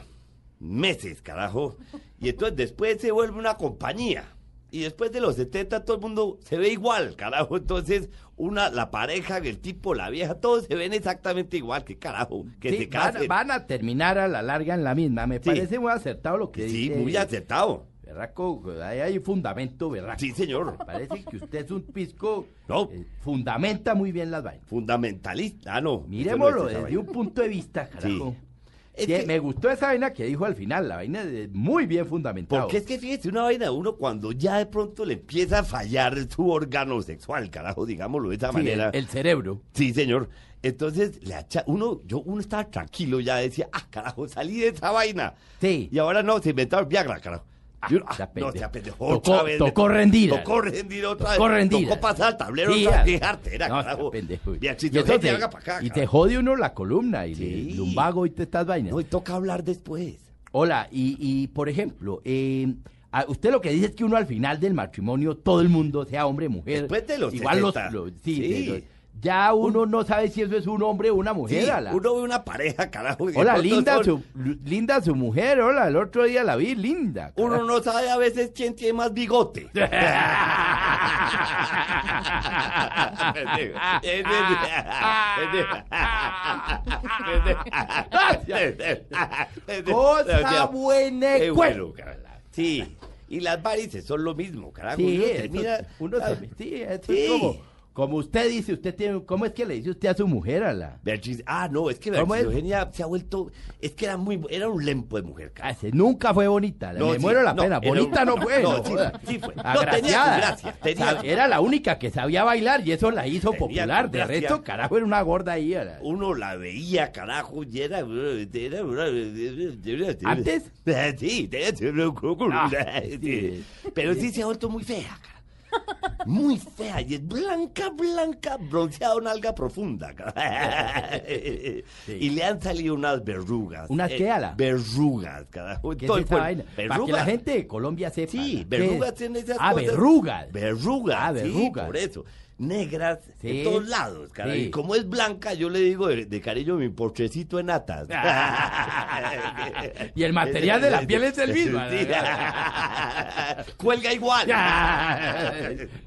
S4: meses, carajo. Y entonces después se vuelve una compañía. Y después de los 70 todo el mundo se ve igual, carajo. Entonces, una, la pareja, el tipo, la vieja, todos se ven exactamente igual, que carajo, que
S5: Sí,
S4: se
S5: van,
S4: casen.
S5: van a terminar a la larga en la misma. Me
S4: Sí.
S5: parece muy acertado lo que
S4: sí,
S5: dice.
S4: muy acertado.
S5: Berraco, ahí hay fundamento, berraco.
S4: Sí, señor.
S5: Me parece que usted es un pisco.
S4: No.
S5: eh, fundamenta muy bien las vainas.
S4: Fundamentalista, ah, no.
S5: Miremoslo
S4: eso no es esa
S5: desde un
S4: vaina.
S5: punto de vista, carajo.
S4: Es
S5: Sí,
S4: que-
S5: Me gustó esa vaina que dijo al final, la vaina de- muy bien fundamentada.
S4: Porque es que fíjese, una vaina de uno cuando ya de pronto le empieza a fallar su órgano sexual, carajo, digámoslo de esa manera.
S5: el, el cerebro.
S4: Sí, señor. Entonces, le acha- uno, yo, uno estaba tranquilo, ya decía, ah, carajo, salí de esa vaina.
S5: Sí.
S4: Y ahora no, se inventaron Viagra, carajo. Y uno,
S5: Ah, se
S4: ah, no,
S5: apende-
S4: se apendejó
S5: tocó-
S4: otra vez.
S5: tocó rendida.
S4: Tocó rendir otra
S5: Tocó
S4: vez.
S5: rendida.
S4: Tocó pasar al tablero
S5: Sí,
S4: otra
S5: ah.
S4: vez. Qué jartera,
S5: No,
S4: carajo.
S5: pendejo.
S4: Vea, si
S5: Y
S4: te
S5: entonces
S4: gente,
S5: te-
S4: haga pa' acá,
S5: y te
S4: carajo.
S5: jode uno la columna y
S4: Sí.
S5: el lumbago y te estas vainas.
S4: No, y toca hablar después.
S5: Hola, y, y, por ejemplo, eh, a- usted lo que dice es que uno al final del matrimonio, todo el mundo, sea hombre, mujer,
S4: Después de los
S5: igual los,
S4: 60.
S5: los- sí,
S4: Sí.
S5: de los- ya uno no sabe si eso es un hombre o una mujer.
S4: Sí,
S5: ala.
S4: uno ve una pareja, carajo. y de
S5: Pues hola,
S4: pronto
S5: linda
S4: son-
S5: su, linda su mujer, hola, el otro día la vi, linda.
S4: Uno no sabe a veces quién tiene más bigote. Pendejo. Pendejo.
S5: Cosa buena,
S4: Qué bueno,
S5: cuerpo.
S4: carajo. Sí. Y las varices son lo mismo, carajo.
S5: Sí,
S4: uno
S5: eso-
S4: termina-
S5: uno
S4: Ah,
S5: se- sí, eso
S4: sí.
S5: es como, como usted dice, usted tiene, ¿cómo es que le dice usted a su mujer a la?
S4: Beatriz- ah, no, es que
S5: ¿Cómo
S4: Beatriz
S5: es?
S4: Eugenia se ha vuelto, es que era muy, era un lempo de mujer, carajo.
S5: Ah, ese nunca fue bonita,
S4: No,
S5: me
S4: sí,
S5: muero la
S4: no,
S5: pena.
S4: era
S5: Bonita
S4: un-
S5: no fue.
S4: no,
S5: no
S4: sí,
S5: joda.
S4: sí fue. No, tenía su
S5: Agraciada.
S4: gracia, tenía-
S5: Sab- Era la única que sabía bailar y eso la hizo
S4: Tenía su
S5: popular. De
S4: gracia.
S5: resto, carajo, era una gorda ahí. era-
S4: Uno la veía, carajo, y era...
S5: ¿Antes?
S4: Sí, tenía-
S5: Ah, sí.
S4: pero sí se ha vuelto muy fea, cara. Muy fea, y es blanca, blanca, bronceada, una alga profunda. cara. Y le han salido unas verrugas. Eh,
S5: ¿Unas qué, ala?
S4: Verrugas, carajo. en
S5: ¿Qué es
S4: todo el
S5: esa
S4: cuerpo.
S5: vaina? Para que
S4: Verrugas.
S5: la gente de Colombia sepa.
S4: Sí,
S5: ¿no? ¿Qué
S4: verrugas
S5: es?
S4: tienen esas
S5: Ah,
S4: cosas.
S5: verrugas.
S4: Verrugas.
S5: Ah,
S4: Sí,
S5: verrugas.
S4: por eso. Negras
S5: Sí.
S4: de todos lados, cara.
S5: Sí.
S4: Y como es blanca, yo le digo de, de cariño mi porchecito de natas.
S5: Ah. Y el material de la piel es el mismo.
S4: Sí. Cuelga igual.
S5: Ya.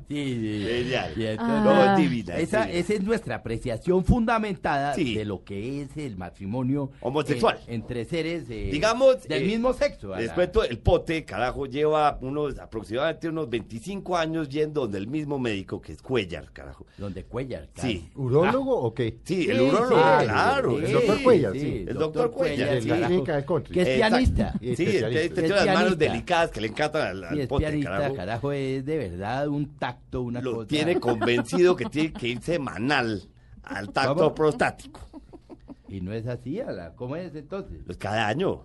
S5: sí.
S4: Genial.
S5: Y entonces-
S4: No,
S2: Ah.
S4: es divina. es
S5: Esa,
S4: divina.
S5: esa es nuestra apreciación fundamentada
S4: Sí.
S5: de lo que es el matrimonio
S4: Homosexual.
S5: en- entre seres eh,
S4: Digamos,
S5: del
S4: eh,
S5: mismo sexo.
S4: Les
S5: Ana.
S4: cuento, el pote, carajo, lleva unos aproximadamente unos 25 años yendo donde el mismo médico que es Cuellar, carajo.
S5: Donde Cuellar.
S4: Sí.
S3: ¿Urólogo o qué?
S4: Sí,
S5: Sí,
S4: el urólogo,
S5: sí,
S4: claro.
S3: el
S4: sí.
S3: doctor Cuellar, sí.
S4: El doctor Cuellar,
S3: De
S4: sí.
S3: la
S5: carajo,
S3: clínica del country.
S5: Que es
S4: Exacto.
S5: pianista.
S3: Y es
S4: Sí, este,
S3: especialista.
S4: este tiene las manos
S5: Especialista.
S4: delicadas que le encantan al, al
S5: Sí, es
S4: pote,
S5: pianista,
S4: carajo.
S5: carajo. es de verdad un tacto, una
S4: Lo
S5: cosa.
S4: tiene convencido que tiene que ir semanal al tacto
S5: Vamos.
S4: prostático.
S5: Y no es así, Ala. ¿Cómo es entonces?
S4: Pues cada año.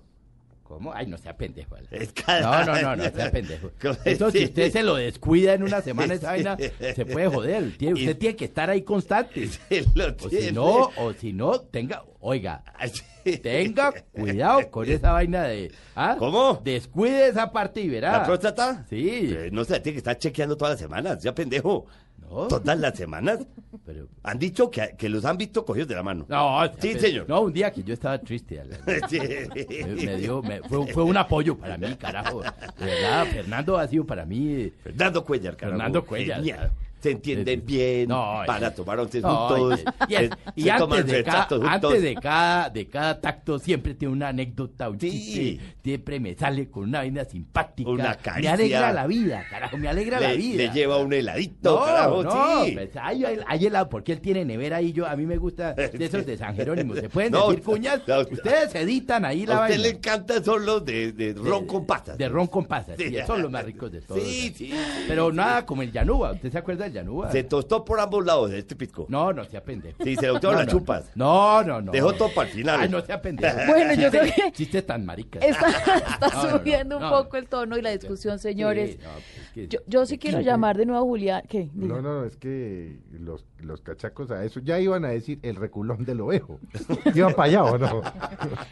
S5: ¿Cómo? Ay, no sea pendejo, Ala.
S4: Es
S5: No,
S4: cada
S5: no, no, no
S4: año.
S5: sea pendejo.
S4: ¿Cómo
S5: Eso
S4: sí?
S5: si usted se lo descuida en una semana esa vaina, se puede joder. Tiene-
S4: Y-
S5: usted tiene que estar ahí constante.
S4: Se lo
S5: O
S4: tiene.
S5: si no, o si no, tenga, oiga,
S4: Así.
S5: tenga cuidado con esa vaina de. ¿ah?
S4: ¿Cómo?
S5: Descuide esa parte y verá.
S4: ¿La próstata?
S5: Sí.
S4: Eh, no se la tiene que estar chequeando todas las semanas, ya pendejo.
S5: No.
S4: Todas las semanas.
S5: Pero-
S4: Han dicho que, que los han visto cogidos de la mano.
S5: No,
S4: Sí,
S5: pe-
S4: señor.
S5: No, un día que yo estaba triste. Alan.
S4: Sí.
S5: Me- me dio- me- fue, fue un apoyo para mí, carajo. De verdad, Fernando ha sido para mí. eh,
S4: Fernando Cuellar, carajo.
S5: Fernando Cuellar.
S4: Genial. Se entienden
S5: Eh,
S4: bien,
S5: no,
S4: van
S5: eh,
S4: a tomar once
S5: no,
S4: juntos,
S5: y, y-
S4: eh,
S5: y
S4: se toman
S5: antes, de cada,
S4: retratos juntos.
S5: antes de cada de cada tacto siempre tiene una anécdota, un
S4: Sí.
S5: chiste, siempre me sale con una vaina simpática,
S4: Una
S5: me
S4: caricia.
S5: alegra la vida, carajo, me alegra la
S4: le,
S5: vida.
S4: le lleva un heladito, carajo,
S5: no,
S4: sí.
S5: pues, hay, hay- hay helado, porque él tiene nevera y yo, a mí me gusta de esos de San Jerónimo, ¿se pueden
S4: No,
S5: decir cuñas?
S4: no,
S5: Ustedes editan ahí la
S4: a usted
S5: vaina.
S4: le encantan son los de, de ron con patas.
S5: De ron con pasas,
S4: Sí.
S5: sí, son los más ricos de todos.
S4: Sí, sí, sí,
S5: Pero
S4: sí.
S5: nada como el Yanuba, ¿usted se acuerda del Yanuba?
S4: Se tostó por ambos lados este pisco.
S5: No, no sea pendejo.
S4: Sí, se lo tengo
S5: No,
S4: las
S5: no,
S4: chupas.
S5: No, no, no.
S4: Dejó todo para el final.
S5: Ay, no sea pendejo.
S2: Bueno, yo creo que-
S5: Chiste tan marica.
S2: Está, está
S5: No, no, no,
S2: subiendo
S5: no,
S2: un poco el tono y la discusión, señores.
S5: Sí, no, pues, es que-
S2: Yo, yo sí quiero llamar de nuevo a Julián. ¿Qué? Diga.
S3: No, no, es que los, los cachacos a eso ya iban a decir el reculón del ovejo. Iban para allá o no.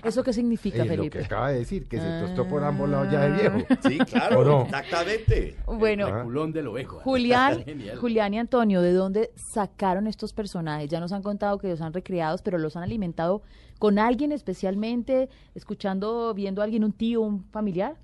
S2: ¿Eso qué significa,
S3: Es lo que
S2: Felipe?
S3: acaba de decir, que se tostó por
S2: Ah.
S3: ambos lados ya de viejo.
S4: Sí, claro,
S3: ¿O no?
S4: exactamente.
S2: Bueno,
S3: Ajá.
S5: Culón del ovejo.
S2: Julián,
S5: Genial.
S2: Julián y Antonio, ¿de dónde sacaron estos personajes? Ya nos han contado que los han recreado, pero los han alimentado con alguien especialmente, escuchando, viendo a alguien, un tío, un familiar.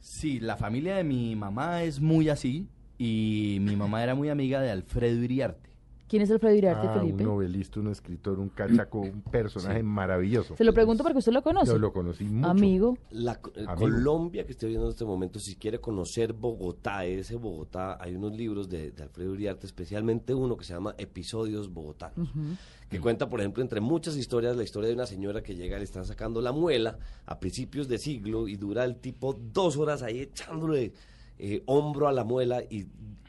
S8: Sí, la familia de mi mamá es muy así y mi mamá era muy amiga de Alfredo Iriarte.
S2: ¿Quién es Alfredo Iriarte,
S3: Ah, un
S2: Felipe?
S3: novelista, un escritor, un cachaco, un personaje maravilloso.
S2: Se lo pregunto porque usted lo conoce.
S3: Yo lo conocí mucho.
S2: Amigo.
S9: La co- eh,
S3: Amigo.
S9: Colombia que estoy viendo en este momento, si quiere conocer Bogotá, ese Bogotá, hay unos libros de, de Alfredo Uriarte, especialmente uno que se llama Episodios Bogotanos, que cuenta, por ejemplo, entre muchas historias, la historia de una señora que llega, le están sacando la muela a principios de siglo y dura el tipo dos horas ahí echándole eh, hombro a la muela y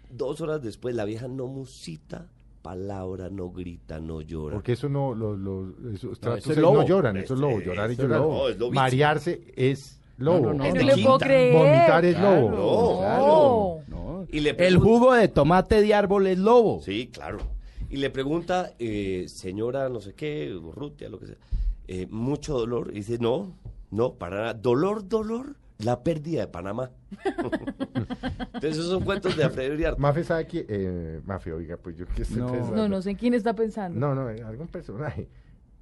S9: dos horas después la vieja no musita palabra, no grita, no llora.
S3: Porque eso no, los, los, esos tratos
S8: es
S3: ahí
S8: lobo.
S3: no lloran, eso es lobo,
S4: Este,
S3: llorar y
S4: eso es
S3: llorar.
S4: lobo, es lobísimo.
S3: Marearse es lobo.
S8: No, no,
S2: Ay,
S8: no,
S2: no
S8: no.
S2: le puedo
S8: Quinta.
S2: creer.
S3: Vomitar es
S8: Claro,
S3: lobo.
S8: claro,
S2: No.
S8: no.
S9: Y le
S5: El
S9: pregunto-
S5: jugo de tomate de árbol es lobo.
S9: Sí, claro. Y le pregunta, eh, señora, no sé qué, Rutia, lo que sea, eh, mucho dolor. Y dice, no, no, para nada. Dolor, dolor, la pérdida de Panamá. Entonces, esos son cuentos de Alfredo Iriarte.
S3: Mafe sabe que, eh, Mafe, oiga, pues yo qué sé
S8: No.
S3: pensando.
S2: No, no sé en quién está pensando.
S3: No, no, eh, algún personaje.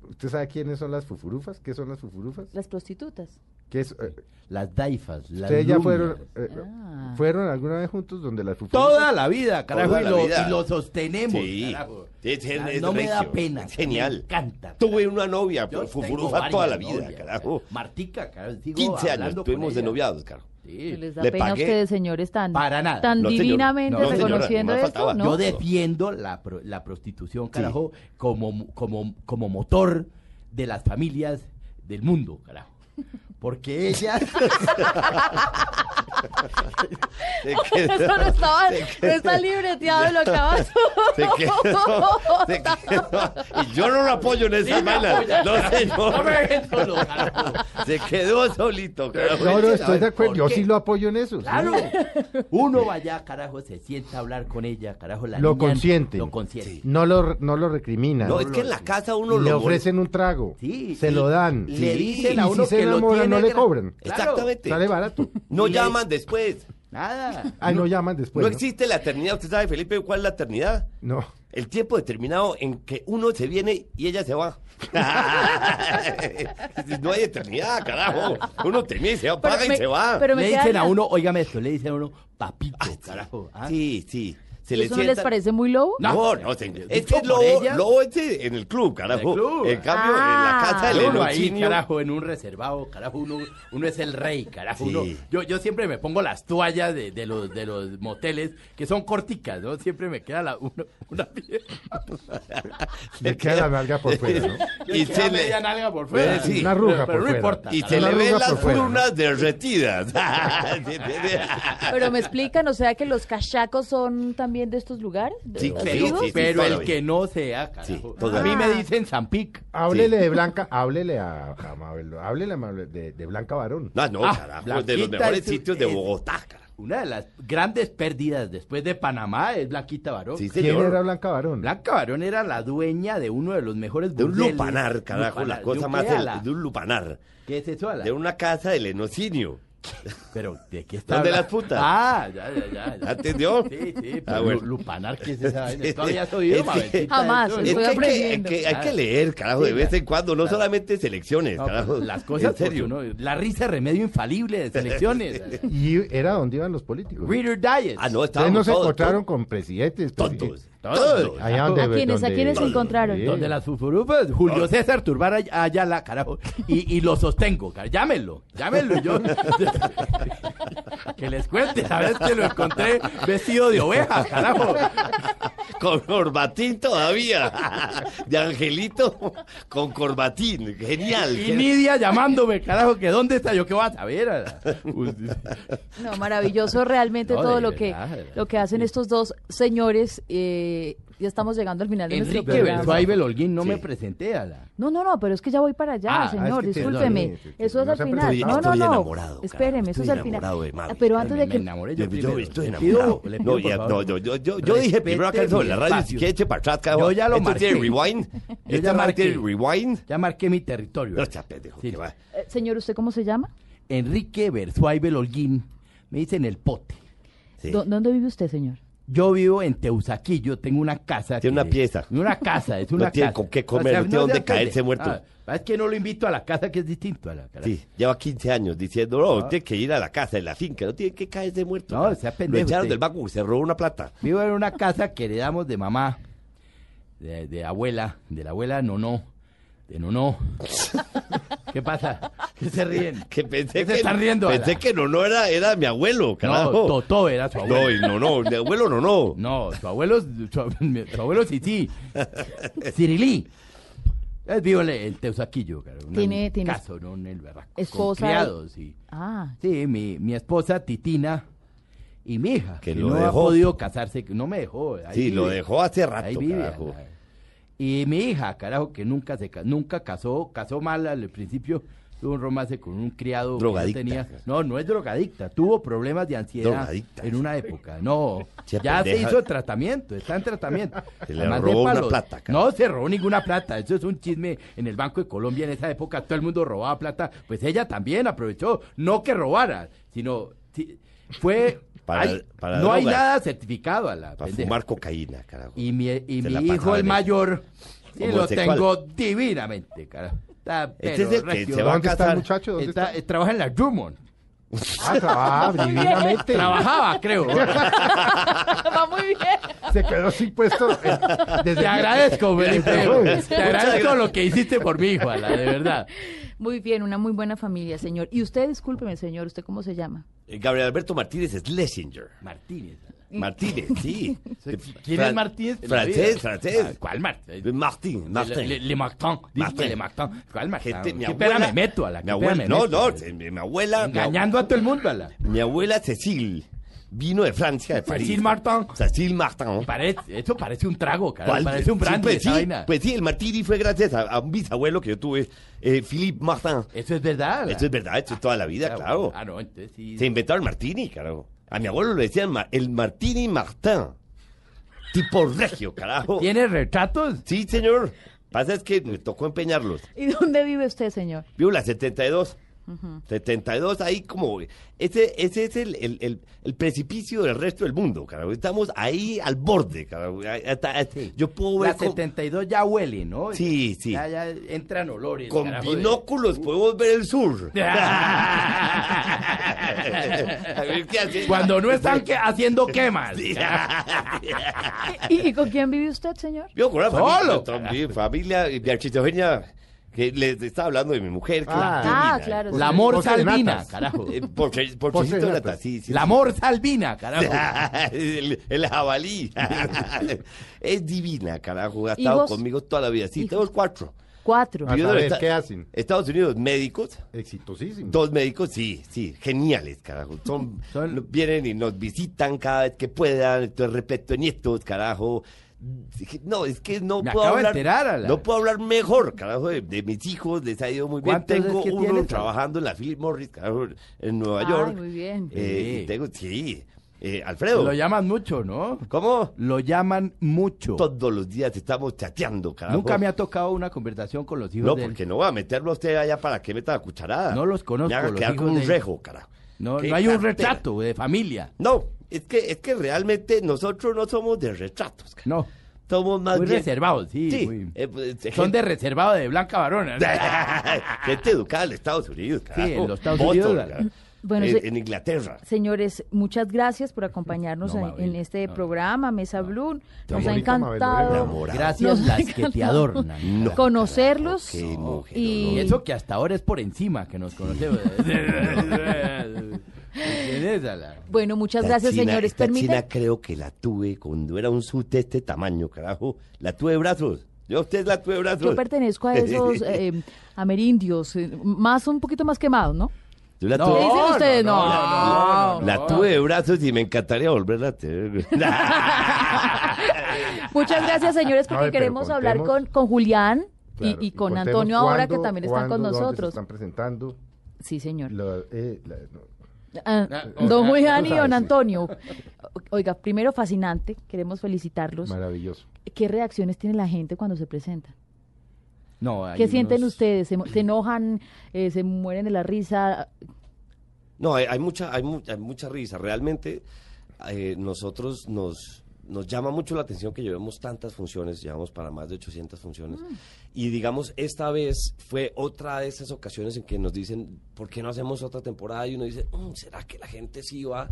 S3: ¿Usted sabe quiénes son las fufurufas? ¿Qué son las fufurufas?
S2: Las prostitutas.
S3: ¿Qué es, eh,
S5: Las daifas, las
S3: ustedes ya
S5: lumias.
S3: fueron, eh,
S2: Ah.
S3: fueron alguna vez juntos donde las fufurufas...
S5: Toda la vida, carajo,
S4: Toda
S5: y
S4: la
S5: lo,
S4: vida.
S5: y lo sostenemos.
S4: Sí.
S5: carajo.
S4: Es- es-
S5: Ah,
S4: es
S5: no me da
S4: regio.
S5: pena.
S4: Es genial.
S5: Me encanta.
S4: Tuve una novia,
S5: Yo
S4: pues,
S5: tengo
S4: fufurufa
S5: varias
S4: toda la vida,
S5: novias.
S4: carajo.
S5: Martica, carajo. sigo
S4: 15 años
S5: hablando
S4: estuvimos
S5: con
S4: de
S5: ella.
S4: noviados, carajo.
S5: Sí.
S2: ¿Qué Les da
S4: Le
S2: pena a
S4: pagué.
S2: ustedes, señores, tan,
S5: Para nada.
S2: tan
S4: No, señor.
S2: divinamente
S5: No, señora,
S2: reconociendo
S4: más
S2: esto,
S4: faltaba.
S2: ¿no?
S5: Yo defiendo la, pro- la prostitución, carajo, como, como, como motor de las familias del mundo, carajo. Porque ellas,
S4: Se
S2: Eso no
S4: quedó-
S2: estaba, no está libreteado, lo acabas.
S4: se quedó- se quedó- Y yo no lo apoyo en esa
S2: pues
S4: vaina. No,
S5: no me
S4: señor.
S5: dejen solo, carajo.
S4: Se quedó solito, carajo.
S3: No, no,
S5: A
S3: estoy
S5: ver,
S3: de acuerdo,
S5: ¿por
S3: yo
S5: qué?
S3: sí lo apoyo en eso. sí.
S5: Claro. Uno va allá, carajo, se sienta a hablar con ella, carajo. La
S3: Lo
S5: niña
S3: consienten.
S5: Lo consiente.
S3: No lo, no lo recriminan.
S4: No, es que en la casa uno
S3: Le
S4: lo
S3: ofrecen un trago.
S5: Sí,
S3: se
S5: y
S3: lo dan.
S5: le
S3: Sí.
S5: dicen
S3: y
S5: a uno
S3: si se
S5: que lo
S3: enamoran, no
S5: tiene
S3: le
S5: gra-
S3: cobran.
S5: Claro.
S4: Exactamente.
S3: Sale barato.
S4: No
S5: Y le-
S4: llaman después.
S5: Nada.
S3: Ah, no, llaman después.
S4: no
S3: ¿no?
S4: existe la eternidad. ¿Usted sabe, Felipe, cuál es la eternidad?
S3: No.
S4: El tiempo determinado en que uno se viene y ella se va. no hay eternidad, carajo. Uno termina y se va,
S2: Pero
S4: paga y
S2: me-
S4: se va.
S2: pero me
S5: le
S2: queda
S5: dicen a
S2: la-
S5: uno, óigame esto, le dicen a uno, papito,
S4: Ah, sí.
S5: carajo. ¿ah?
S4: Sí, sí. se
S2: ¿Eso no les
S4: sientan-
S2: parece muy lobo?
S4: No, no, se- es que
S5: por
S4: lobo,
S5: ella.
S4: lobo es en en el club,
S5: En
S4: carajo.
S5: el club. Ah.
S4: En cambio, en la casa del
S5: Uno ahí,
S4: Enocinio-
S5: carajo, en un reservado, carajo, uno, uno es el rey, carajo.
S4: Sí.
S5: uno- yo, yo siempre me pongo las toallas de, de los, de los moteles, que son corticas, ¿no? Siempre me queda la, una, una pie-
S3: Le queda la nalga por fuera, ¿no?
S4: Y
S5: me queda
S4: se le-
S5: "Ah, media nalga por fuera.
S4: Eh, sí.
S3: Una arruga
S5: pero,
S3: por
S5: pero no
S3: fuera.
S5: importa.
S4: Y
S5: carajo.
S4: se
S3: Una
S4: le ven
S3: arruga
S4: las
S3: por fuera.
S4: lunas derretidas.
S5: Ah,
S2: Pero me explican, o sea que los cachacos son también de estos lugares. ¿De-
S4: Sí,
S2: los
S5: Pero,
S2: vivos?
S4: sí, sí,
S5: pero el
S4: todavía.
S5: que no sea, carajo.
S4: Sí, todavía.
S5: a mí me dicen Zampic.
S3: Háblele de Blanca, háblele a, a Mabel, háblele a Mabel de, de Blanca Varón.
S4: No, no,
S5: Ah,
S4: carajo, es de los
S5: Blanquita eh,
S4: mejores
S5: es un-
S4: sitios de
S5: es-
S4: Bogotá, carajo.
S5: Una de las grandes pérdidas después de Panamá es Blanquita Barón.
S4: Sí,
S3: ¿Quién
S4: señor.
S3: era Blanca Varón?
S5: Blanca Barón era la dueña de uno de los mejores
S4: De un
S5: burdeles.
S4: lupanar, carajo,
S5: Lupanar.
S4: la
S5: ¿Yo
S4: cosa
S5: qué
S4: más...
S5: era
S4: del-
S5: la-
S4: de un lupanar.
S5: ¿Qué es eso? Ala?
S4: De una casa del enocinio.
S5: Pero, ¿de qué está
S4: ¿Dónde
S5: hablando?
S4: las putas?
S5: Ah, ya, ya, ya. ya.
S4: ¿Entendió?
S5: Sí, sí,
S4: Ah,
S5: pero
S4: bueno.
S5: lu- lupanar, ¿qué es esa vaina?
S4: Sí.
S5: ¿Todavía has oído,
S4: Es que-
S5: Mabelcita,
S2: Jamás,
S5: eso?
S4: Es que
S2: Estoy
S4: hay que, hay
S2: aprendiendo.
S4: que, hay que leer, carajo, de
S5: Ah, Sí,
S4: vez
S5: claro.
S4: en cuando, no solamente selecciones,
S5: No,
S4: carajo.
S5: las cosas,
S4: En serio.
S5: pues, uno- la risa es remedio infalible de selecciones.
S3: Y era donde iban los políticos.
S5: Reader Diet.
S4: Ah, no,
S3: Ustedes
S4: estábamos
S3: no se
S4: todos
S3: encontraron con presidentes.
S4: tontos.
S3: presidentes.
S4: Todos.
S3: Allá donde,
S2: ¿A quiénes? ¿A
S3: donde-
S2: quiénes se encontraron?
S3: Sí.
S5: Donde las fufurupas, Julio César Turbar Ay- Ayala, carajo. Y, y lo sostengo, car- llámenlo, llámenlo yo. que les cuente, sabes que lo encontré vestido de oveja, carajo.
S4: Con corbatín todavía. De angelito con corbatín. Genial.
S5: Y Nidia llamándome, carajo, que dónde está yo, qué voy a saber. a-
S2: No, maravilloso realmente
S5: No,
S2: todo
S5: de
S2: lo que
S5: verdad, de verdad.
S2: lo que hacen estos dos señores. eh, ya estamos llegando al final de nuestro
S5: Enrique
S2: programa.
S5: Benzoa y Belolguín, no
S4: Sí.
S5: me presenté a la.
S2: No, no, no, pero es que ya voy para allá,
S5: Ah, es
S2: señor,
S3: que te-
S2: discúlpeme.
S3: no, sí, sí,
S2: eso
S3: no
S2: es
S3: se
S2: al final.
S4: preocupe,
S2: no, no,
S4: estoy
S2: no.
S4: enamorado,
S2: Espéreme, eso
S4: carajo,
S2: es
S4: estoy
S2: al final.
S4: enamorado de Mabel.
S2: Ah, pero antes
S5: Me-
S2: de
S5: me
S2: que
S5: enamoré
S4: Yo,
S5: yo.
S4: yo
S5: primero.
S4: estoy
S5: Le
S4: enamorado.
S5: pido- le
S4: no,
S5: pido, por
S4: ya- no,
S5: favor.
S4: yo, yo, yo, yo dije primero acá
S5: Respete
S4: sobre la
S5: mi
S4: radio, si
S5: espacio.
S4: quiere eche para atrás, carajo.
S5: Yo ya lo
S4: Esto
S5: marqué.
S4: tiene rewind.
S5: ya
S4: Esta madre tiene
S5: marqué.
S4: rewind.
S5: Ya marqué mi territorio.
S4: No, está pendejo,
S5: Sí.
S4: que va.
S2: Eh, señor, ¿usted cómo se llama?
S5: Enrique Berzuay Belolguín, me dicen el pote.
S4: Sí.
S2: ¿Dó- ¿Dónde vive usted, señor?
S5: Yo vivo en Teusaquillo, tengo una casa.
S4: Tiene
S5: que-
S4: una pieza.
S5: Una casa, es una
S4: tiene
S5: casa.
S4: con qué comer, no tiene dónde
S5: se atiende.
S4: caerse muerto.
S5: Ah, es que no lo invito a la casa, que es distinto a la casa.
S4: Sí, lleva 15 años diciendo, no, tiene que ir a la casa, de la finca, no tiene que caer de muerto.
S5: Ah. No,
S4: carajo.
S5: sea
S4: Lo
S5: pendejo
S4: echaron
S5: usted.
S4: del banco, se robó una plata.
S5: Vivo en una casa que heredamos de mamá, de, de abuela, de la abuela Nono, de Nono. ¿Qué pasa? ¿Qué se ríen?
S4: Que pensé
S5: ¿Qué se
S4: que,
S5: están riendo?
S4: pensé
S5: Ala?
S4: que no, no era, era mi abuelo,
S5: No,
S4: carajo.
S5: Totó era su abuelo.
S4: No, y no, no, mi abuelo no, no.
S5: No, su abuelo, su, ab- su abuelo Titi. Cirilí. Es vivo en- en Teusaquillo, claro. en
S2: Tiene-
S5: un
S2: tiene
S5: caso, ¿no? En el barraco. con
S2: esposa y-
S5: criados, sí.
S2: Ah,
S5: Sí, mi, mi esposa Titina y mi hija.
S4: Que
S5: Que,
S4: lo
S5: no ha
S4: dejó.
S5: podido casarse, que no me dejó. ahí
S4: Sí, lo
S5: vive.
S4: dejó hace rato,
S5: Ahí vive.
S4: carajo.
S5: ala. Y mi hija, carajo, que nunca se ca- nunca casó, casó mal al principio. Tuvo un romance con un criado que no
S4: Drogadicta.
S5: tenía- No, no es drogadicta. Tuvo problemas de ansiedad
S4: Drogadicta.
S5: en una época. No,
S4: Che,
S5: ya se
S4: pendeja.
S5: hizo tratamiento, está en tratamiento.
S4: Se le
S5: Además de
S4: robó una
S5: palos.
S4: plata, cara.
S5: No se robó ninguna plata. Eso es un chisme en el Banco de Colombia en esa época. Todo el mundo robaba plata. Pues ella también aprovechó. No que robara, sino si- fue.
S4: Para-
S5: hay-
S4: para
S5: no hay
S4: drogas.
S5: nada certificado a la
S4: Para
S5: pendeja.
S4: fumar cocaína, carajo.
S5: Y mi, y
S4: Se
S5: mi
S4: la
S5: hijo,
S4: pasaba
S5: el
S4: en-
S5: mayor, sí, lo
S4: Homosexual.
S5: tengo divinamente, cara. Está,
S4: Este es
S5: pero
S4: el que
S5: recio.
S4: se va a
S3: ¿Dónde está el
S4: casar.
S3: muchacho? ¿Dónde
S5: Está-
S3: está?
S5: eh, trabaja en la Drummond.
S3: Ah, trabajaba divinamente.
S5: Trabajaba, creo.
S2: va muy bien.
S3: Se quedó sin puesto. eh, desde
S5: Te agradezco, Felipe. Te agradezco
S4: gracias.
S5: lo que hiciste por mi hijo, Ala, de verdad.
S2: Muy bien, una muy buena familia, señor. Y usted, discúlpeme, señor, ¿usted cómo se llama?
S4: Eh, Gabriel Alberto Martínez Schlesinger.
S5: Martínez.
S4: Martínez, sí.
S5: Mm. ¿Quién es Martínez?
S4: Francés, francés. Eh,
S5: Ah, ¿Cuál Martínez?
S4: Martín,
S5: Le,
S4: Martín.
S5: le, le Martin. Dice que
S4: Martín.
S5: Le Martin. ¿Cuál Martín?
S4: Gente, mi
S5: ¿Qué pena
S4: abuela-
S5: me meto, Ala? ¿Qué
S4: Mi
S5: pena
S4: abuela,
S5: me
S4: no,
S5: meto?
S4: no, se- mi mi abuela. mi abu-
S5: Engañando a todo el mundo, Ala.
S4: Mi abuela Cecil vino de Francia, de París.
S5: Cecil Martin.
S4: Cecil Martin.
S5: Parece, esto parece un trago, cara.
S4: ¿Cuál?
S5: Parece un
S4: Sí,
S5: brandy,
S4: pues,
S5: esa
S4: sí,
S5: vaina.
S4: pues sí, el martini fue gracias a, a un bisabuelo que yo tuve, eh, Philippe Martin.
S5: Eso es verdad. Ala.
S4: Esto es verdad, esto es toda la vida,
S5: Ah,
S4: claro.
S5: bueno. Ah, no, entonces sí.
S4: Se inventó el martini, carajo. A mi abuelo le decían ma- el martini Martin. Tipo regio, carajo.
S5: ¿Tiene retratos?
S4: Sí, señor. Pasa es que me tocó empeñarlos.
S2: ¿Y dónde vive usted, señor?
S4: Vivo la 72. 72 ahí como... Ese, ese es el, el- el- el precipicio del resto del mundo, carajo. Estamos ahí al borde, carajo. Hasta- hasta- Yo puedo ver...
S5: La
S4: con-
S5: 72 ya huele, ¿no?
S4: Sí, sí.
S5: Ya, ya entran olores.
S4: Con
S5: carajo, de-
S4: binóculos podemos ver el sur.
S5: Cuando no están que- haciendo quemas.
S2: ¿Y, y con quién vive usted, señor?
S4: Yo con la
S5: Solo.
S4: familia, también, familia, y mi architectógena, que les estaba hablando de mi mujer. que
S3: Ah.
S4: es divina.
S2: Ah, claro.
S5: La
S2: sí.
S5: morsa
S3: Porcelanatas.
S5: albina, carajo.
S4: Eh, Porche-
S3: Porche
S4: Porchecito
S3: de
S4: Nata,
S3: latas.
S4: sí, sí.
S5: La morsa albina, carajo.
S4: el, el jabalí. es divina, carajo. Ha estado
S2: Hijos.
S4: conmigo toda la vida. Sí,
S2: Hijos.
S4: tenemos cuatro.
S2: Cuatro.
S3: A
S4: Viviendo en
S3: saber,
S4: esta-
S3: ¿qué hacen?
S4: Estados Unidos, médicos.
S3: Exitosísimo.
S4: Dos médicos, sí, sí, geniales, carajo. Son,
S5: Son-
S4: lo- vienen y nos visitan cada vez que puedan, entonces repleto de nietos, carajo. No, es que no
S5: Me
S4: puedo
S5: acabo de
S4: hablar.
S5: enterar, Alan.
S4: No puedo hablar mejor, carajo, de, de mis hijos, les ha ido muy bien.
S5: ¿Cuántos es
S4: Tengo
S5: que
S4: uno
S5: tienes?
S4: trabajando en la Philip Morris, carajo, en Nueva
S2: Ay,
S4: York.
S2: muy bien.
S4: Eh,
S5: Sí.
S4: y tengo, sí. Eh, Alfredo.
S5: Lo llaman mucho, ¿no?
S4: ¿Cómo?
S5: Lo llaman mucho.
S4: Todos los días estamos chateando, carajo.
S5: Nunca me ha tocado una conversación con los hijos
S4: No,
S5: de él.
S4: porque no va a meterlo a usted allá para que meta la cucharada.
S5: No los conozco,
S4: Me haga
S5: los
S4: quedar
S5: hijos
S4: como
S5: de-
S4: un rejo, carajo.
S5: No,
S4: Qué
S5: no hay un
S4: cartera.
S5: retrato de familia.
S4: No, es que, es que realmente nosotros no somos de retratos. cara.
S5: No.
S4: Somos más
S5: Muy
S4: bien-
S5: reservados, sí.
S4: Sí,
S5: muy-
S4: eh, pues,
S5: Son de
S4: gente-
S5: reservado de Blanca Varona.
S4: gente educada en Estados Unidos, carajo.
S5: en los Estados
S4: Boston,
S5: Unidos.
S4: cara.
S2: Bueno,
S4: en,
S2: se-
S4: en Inglaterra.
S2: Señores, muchas gracias por acompañarnos
S5: No,
S2: en-
S5: Mabel,
S2: en este
S5: no.
S2: programa, Mesa Blue. Nos
S3: Amorita,
S2: ha
S3: Mabel,
S2: encantado.
S3: Lorena.
S4: Enamorado.
S5: Gracias
S2: Nos
S5: las
S2: ha
S5: que te
S2: encantado.
S5: adornan.
S4: No,
S2: Conocerlos
S4: carajo, qué mujer,
S2: y-
S4: no,
S5: Y eso que hasta ahora es por encima que nos conocemos. ¿Entiendes, Ala?
S2: Bueno, muchas
S4: Esta
S2: gracias,
S4: china-
S2: señores.
S4: Esta
S2: Permite-
S4: china creo que la tuve cuando era un sute de este tamaño, carajo. La tuve de brazos. Yo a usted la tuve de brazos.
S2: Yo pertenezco a esos eh, amerindios, eh, más un poquito más quemados, ¿no?
S4: Yo la
S5: No,
S4: tuve-
S2: ¿Qué dicen
S5: no,
S2: ustedes?
S5: no,
S2: No. Ah,
S5: no, no, no,
S4: La
S5: no.
S4: tuve de brazos y me encantaría volverla a tener.
S2: Muchas gracias, señores, porque
S3: Mabel, pero
S2: queremos hablar con,
S3: contemos-
S2: con Julián y-
S3: Claro,
S2: y, con
S3: contemos
S2: Antonio ahora, que
S3: cuándo,
S2: también están con
S3: cuándo, dónde se
S2: nosotros.
S3: están presentando.
S2: Sí, señor.
S3: la- eh, la- no.
S2: Ah,
S5: Ah,
S2: don
S5: ah,
S2: Julián y
S3: tú sabes,
S2: don
S3: sí.
S2: Antonio. Oiga, primero fascinante, queremos felicitarlos.
S3: Maravilloso.
S2: ¿Qué reacciones tiene la gente cuando se presentan?
S5: No, hay
S2: ¿Qué sienten
S5: unos-
S2: ustedes? ¿Se, mo- se enojan? eh, ¿Se mueren de la risa?
S4: No, hay, hay mucha, hay, mu- hay mucha risa. Realmente eh, nosotros nos, nos llama mucho la atención que llevemos tantas funciones, llevamos para más de 800 funciones.
S5: Mm.
S4: Y digamos, esta vez fue otra de esas ocasiones en que nos dicen, ¿por qué no hacemos otra temporada? Y uno dice, "Mm, ¿será que la gente sí va?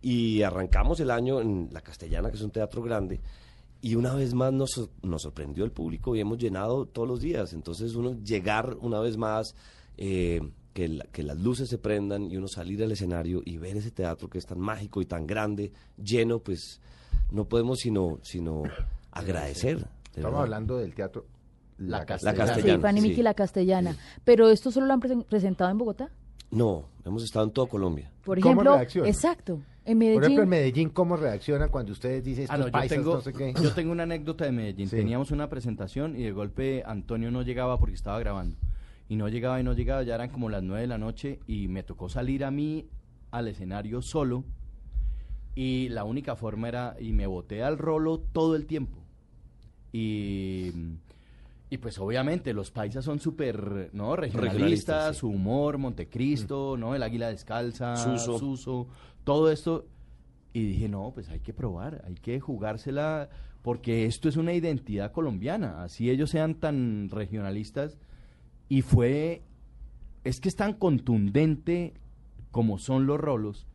S4: Y arrancamos el año en La Castellana, que es un teatro grande. Y una vez más nos, sor- nos sorprendió el público y hemos llenado todos los días. Entonces uno llegar una vez más, eh, que, la- que las luces se prendan y uno salir al escenario y ver ese teatro que es tan mágico y tan grande, lleno, pues no podemos sino, sino agradecer. de
S3: Estamos
S4: verdad.
S3: hablando del teatro
S5: La
S4: La
S2: Sí,
S4: castellana.
S2: Fanny
S4: sí.
S2: Miki la castellana. Pero esto solo lo han presen- presentado en Bogotá.
S4: No, hemos estado en toda Colombia.
S2: Por
S3: ¿Cómo
S2: ejemplo,
S3: reacciona?
S2: exacto, en
S3: Por
S2: Medellín.
S3: ejemplo, en Medellín, ¿cómo reaccionan cuando ustedes dicen estos
S8: Ah, no, yo
S3: paisas,
S8: tengo,
S3: no sé qué?
S8: yo tengo una anécdota de Medellín.
S3: Sí.
S8: Teníamos una presentación y de golpe Antonio no llegaba porque estaba grabando. Y no llegaba y no llegaba, ya eran como las 9 de la noche y me tocó salir a mí al escenario solo. Y la única forma era, y me boté al rolo todo el tiempo. Y, y pues obviamente los paisas son súper, ¿no? Regionalistas,
S4: Regionalistas, sí.
S8: su humor,
S3: Mm.
S8: Montecristo, ¿no? El águila descalza,
S4: Suso.
S8: Suso, todo esto. Y dije, no, pues hay que probar, hay que jugársela, porque esto es una identidad colombiana, así ellos sean tan regionalistas. Y fue, es que es tan contundente como son los rolos,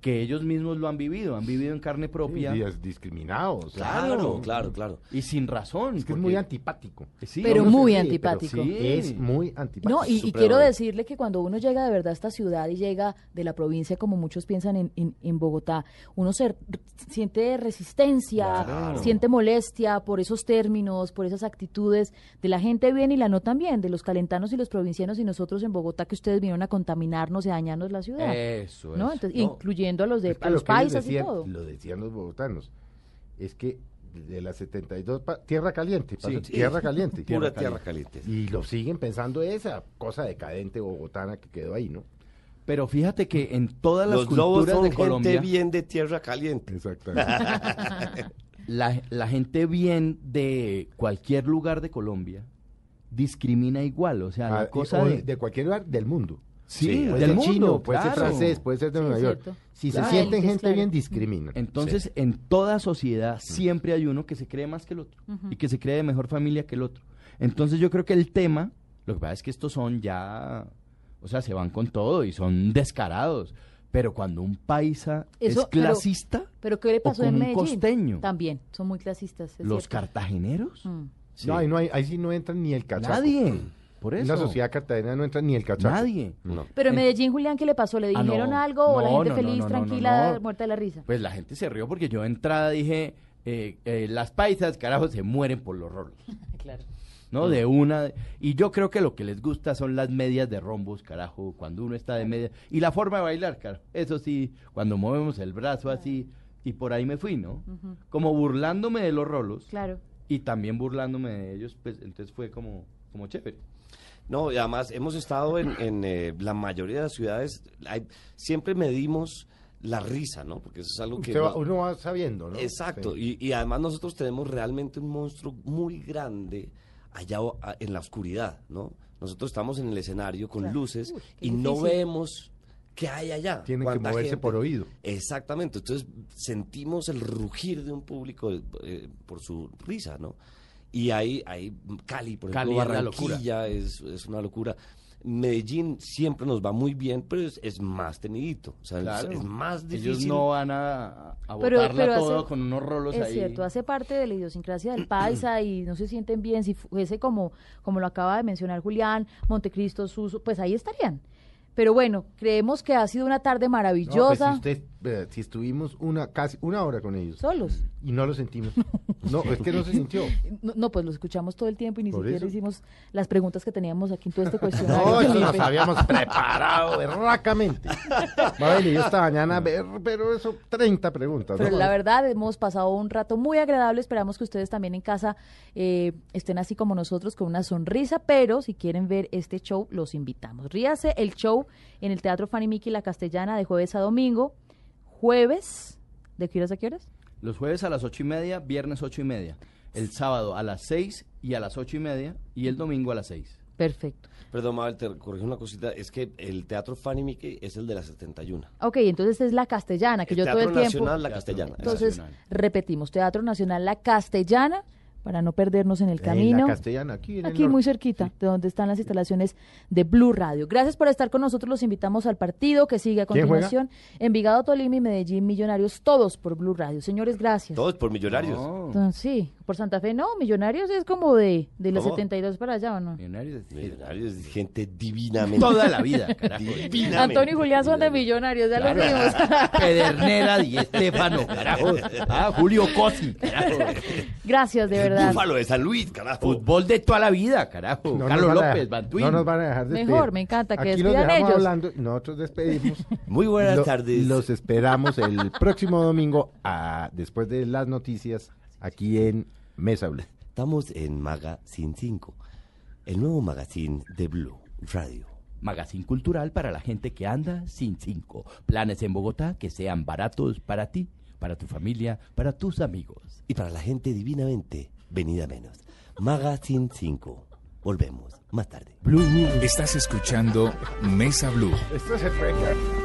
S8: que ellos mismos lo han vivido, han vivido en carne propia.
S3: Sí, días discriminados.
S4: Claro, claro, claro.
S8: Y sin razón.
S3: Es que es
S8: porque-
S3: muy antipático.
S8: Sí,
S2: Pero
S3: Uno se
S2: muy
S3: ríe,
S2: antipático.
S3: pero sí, es muy antipático.
S2: No, y, y
S4: Supremo.
S2: quiero decirle que cuando uno llega de verdad a esta ciudad y llega de la provincia, como muchos piensan en, en- en Bogotá, uno se r- siente resistencia, siente molestia por esos términos, por esas actitudes de la gente bien y la no tan bien, de los calentanos y los provincianos y nosotros en Bogotá que ustedes vinieron a contaminarnos y a dañarnos la ciudad.
S5: Eso,
S2: ¿no?
S5: eso.
S2: Entonces,
S5: Eh, pues, No,
S2: incluyendo a los de
S3: Es que
S2: a
S3: lo
S2: los
S3: que ellos
S2: paisas
S3: decían-
S2: y todo.
S3: Lo decían los bogotanos. Es que de las 72, pa- tierra caliente,
S8: Sí.
S3: pasó- tierra caliente.
S4: eh, Pura tierra caliente.
S3: Y lo siguen pensando esa cosa decadente bogotana que quedó ahí, ¿no?
S8: Pero fíjate que en todas las
S4: Los lobos
S8: culturas
S4: son
S8: de
S4: gente
S8: Colombia,
S4: bien de tierra caliente.
S3: Exactamente.
S8: la, la gente bien de cualquier lugar de Colombia discrimina igual. O sea, la cosa de,
S3: de Ah, cualquier lugar del mundo.
S5: Sí,
S10: Sí,
S5: del
S3: Puede ser
S5: mundo,
S3: chino, puede ser
S5: claro.
S3: francés, puede ser de
S2: Sí,
S3: Nueva
S2: es
S3: York.
S2: cierto.
S3: Si
S2: Claro.
S3: se sienten
S2: Élites,
S3: gente
S2: claro.
S3: bien, discriminan.
S5: Entonces, en toda
S4: Mm.
S5: sociedad siempre hay uno que se cree más que el otro y que se cree de mejor familia que el otro. Entonces, yo creo que el tema, lo que pasa es que estos son ya, o sea, se van con todo y son descarados. Pero cuando un paisa
S2: Eso,
S5: es
S2: pero-
S5: clasista,
S2: Pero ¿qué le
S5: o
S2: pasó
S5: con
S2: en
S5: un
S2: Medellín?
S5: costeño.
S2: También, son muy clasistas. es
S5: los
S2: cierto.
S5: cartageneros,
S2: Mm.
S5: Sí.
S3: No, ahí, no hay, ahí sí no entra ni el cachaco.
S5: nadie. Por
S3: En
S5: eso,
S3: la sociedad cartagena no entra ni el cachaco.
S5: nadie.
S3: No.
S2: Pero en
S5: Eh,
S2: Medellín, Julián, ¿qué le pasó? ¿Le
S5: Ah, no.
S2: dijeron algo o la
S5: No,
S2: gente
S5: no, no,
S2: feliz,
S5: no, no,
S2: tranquila,
S5: no.
S2: muerta de la risa?
S5: Pues la gente se rió porque yo de entrada dije, eh, eh, las paisas, carajo, se mueren por los rolos.
S2: claro.
S5: ¿no? De una. Y yo creo que lo que les gusta son las medias de rombos, carajo, cuando uno está de media. Y la forma de bailar, carajo. Eso sí, cuando movemos el brazo así. Y por ahí me fui, ¿no? Como burlándome de los rolos.
S2: Claro.
S5: Y también burlándome de ellos, pues entonces fue como, como chévere.
S4: No, y además hemos estado en, en, eh, la mayoría de las ciudades, hay- siempre medimos la risa, ¿no? Porque eso es algo que...
S3: Usted va-
S4: nos-
S3: uno va sabiendo, ¿no?
S4: Exacto,
S3: Sí.
S4: y, y además nosotros tenemos realmente un monstruo muy grande allá o- a- en la oscuridad, ¿no? Nosotros estamos en el escenario con
S2: Claro.
S4: luces
S2: Uy, qué
S4: y no
S2: difícil.
S4: vemos qué hay allá.
S3: Tienen que
S4: cuánta
S3: moverse
S4: gente.
S3: por oído.
S4: Exactamente, entonces sentimos el rugir de un público eh, por su risa, ¿no? Y ahí, ahí Cali, por ejemplo,
S5: Cali es la locura.
S4: Barranquilla es, es una locura. Medellín siempre nos va muy bien, pero es, es más tenidito, o sea, es-
S5: Claro.
S4: es, más difícil.
S5: Ellos no van a, a
S2: Pero-
S5: botarla
S2: pero
S5: todo
S2: hace-
S5: con unos rolos
S2: Es
S5: ahí.
S2: cierto, hace parte de la idiosincrasia del paisa y no se sienten bien si fuese como, como lo acaba de mencionar Julián, Montecristo, Suso, pues ahí estarían. Pero bueno, creemos que ha sido una tarde
S3: No, pues,
S2: maravillosa.
S3: si, usted, eh, si estuvimos una casi una hora con ellos
S2: Solos.
S3: y no lo sentimos. No, es que no se sintió.
S2: No, no, pues lo escuchamos todo el tiempo y ni
S3: Por
S2: siquiera
S3: eso.
S2: hicimos las preguntas que teníamos aquí en todo este cuestionario.
S3: No, eso nos
S2: Felipe.
S3: habíamos preparado berracamente. Mabel y yo esta mañana, a ver, pero eso, 30 preguntas.
S2: Pero
S3: ¿no?
S2: la verdad, hemos pasado un rato muy agradable. Esperamos que ustedes también en casa eh, estén así como nosotros, con una sonrisa. Pero si quieren ver este show, los invitamos. Ríase el show en el Teatro Fanny Mickey La Castellana de jueves a domingo. Jueves, ¿de qué horas a qué horas?
S5: Los jueves a las ocho y media, viernes ocho y media. El sábado a las seis y a las ocho y media. Y el domingo a las seis.
S2: Perfecto.
S4: Perdón, Mabel, te corrijo una cosita. Es que el Teatro Fanny Mickey es el de la 71.
S2: Ok, entonces es La Castellana, que
S4: el
S2: yo todo
S4: Teatro
S2: el tiempo...
S4: Nacional, la castellana.
S2: Entonces,
S5: Nacional.
S2: repetimos, Teatro Nacional La Castellana, para no perdernos en el
S3: En
S2: camino.
S3: la castellana, aquí en el
S2: Aquí muy
S3: norte.
S2: cerquita, de donde están las instalaciones de Blue Radio. Gracias por estar con nosotros. Los invitamos al partido que sigue a
S3: ¿Quién juega?
S2: continuación. Envigado, Tolima y Medellín, Millonarios, todos por Blue Radio. Señores, gracias.
S4: Todos por millonarios.
S5: No,
S2: Entonces, sí, por Santa Fe no, Millonarios es como de, de los
S4: ¿Cómo?
S2: 72 para allá, ¿o no?
S5: millonarios.
S4: Millonarios es gente divinamente.
S5: Toda la vida, carajo.
S4: divinamente.
S2: Antonio y Julián son de Millonarios, ya lo vimos.
S5: Pedernera y Estefano, carajo. Ah, Julio Cosi, carajo.
S2: Gracias, de
S4: El
S2: verdad.
S4: Búfalo de San Luis, carajo.
S5: Fútbol de toda la vida, carajo.
S3: No nos
S5: Carlos
S3: van a
S5: López,
S3: dejar-
S5: Van Twin.
S3: No nos van a dejar despedir.
S2: Mejor, me encanta que
S3: Aquí los
S2: despidan
S3: dejamos
S2: ellos.
S3: hablando y nosotros despedimos.
S4: Muy buenas
S3: Lo-
S4: tardes.
S3: Los esperamos el próximo domingo a- después de las noticias aquí en Mesa Blue.
S4: Estamos en Magazine 5, el nuevo magazine de Blue Radio.
S5: Magazine cultural para la gente que anda sin cinco. Planes en Bogotá que sean baratos para ti, para tu familia, para tus amigos.
S4: Y para la gente divinamente, venida menos. Magazine 5. Volvemos más tarde.
S1: Estás escuchando Mesa Blue.
S3: Esto se fue.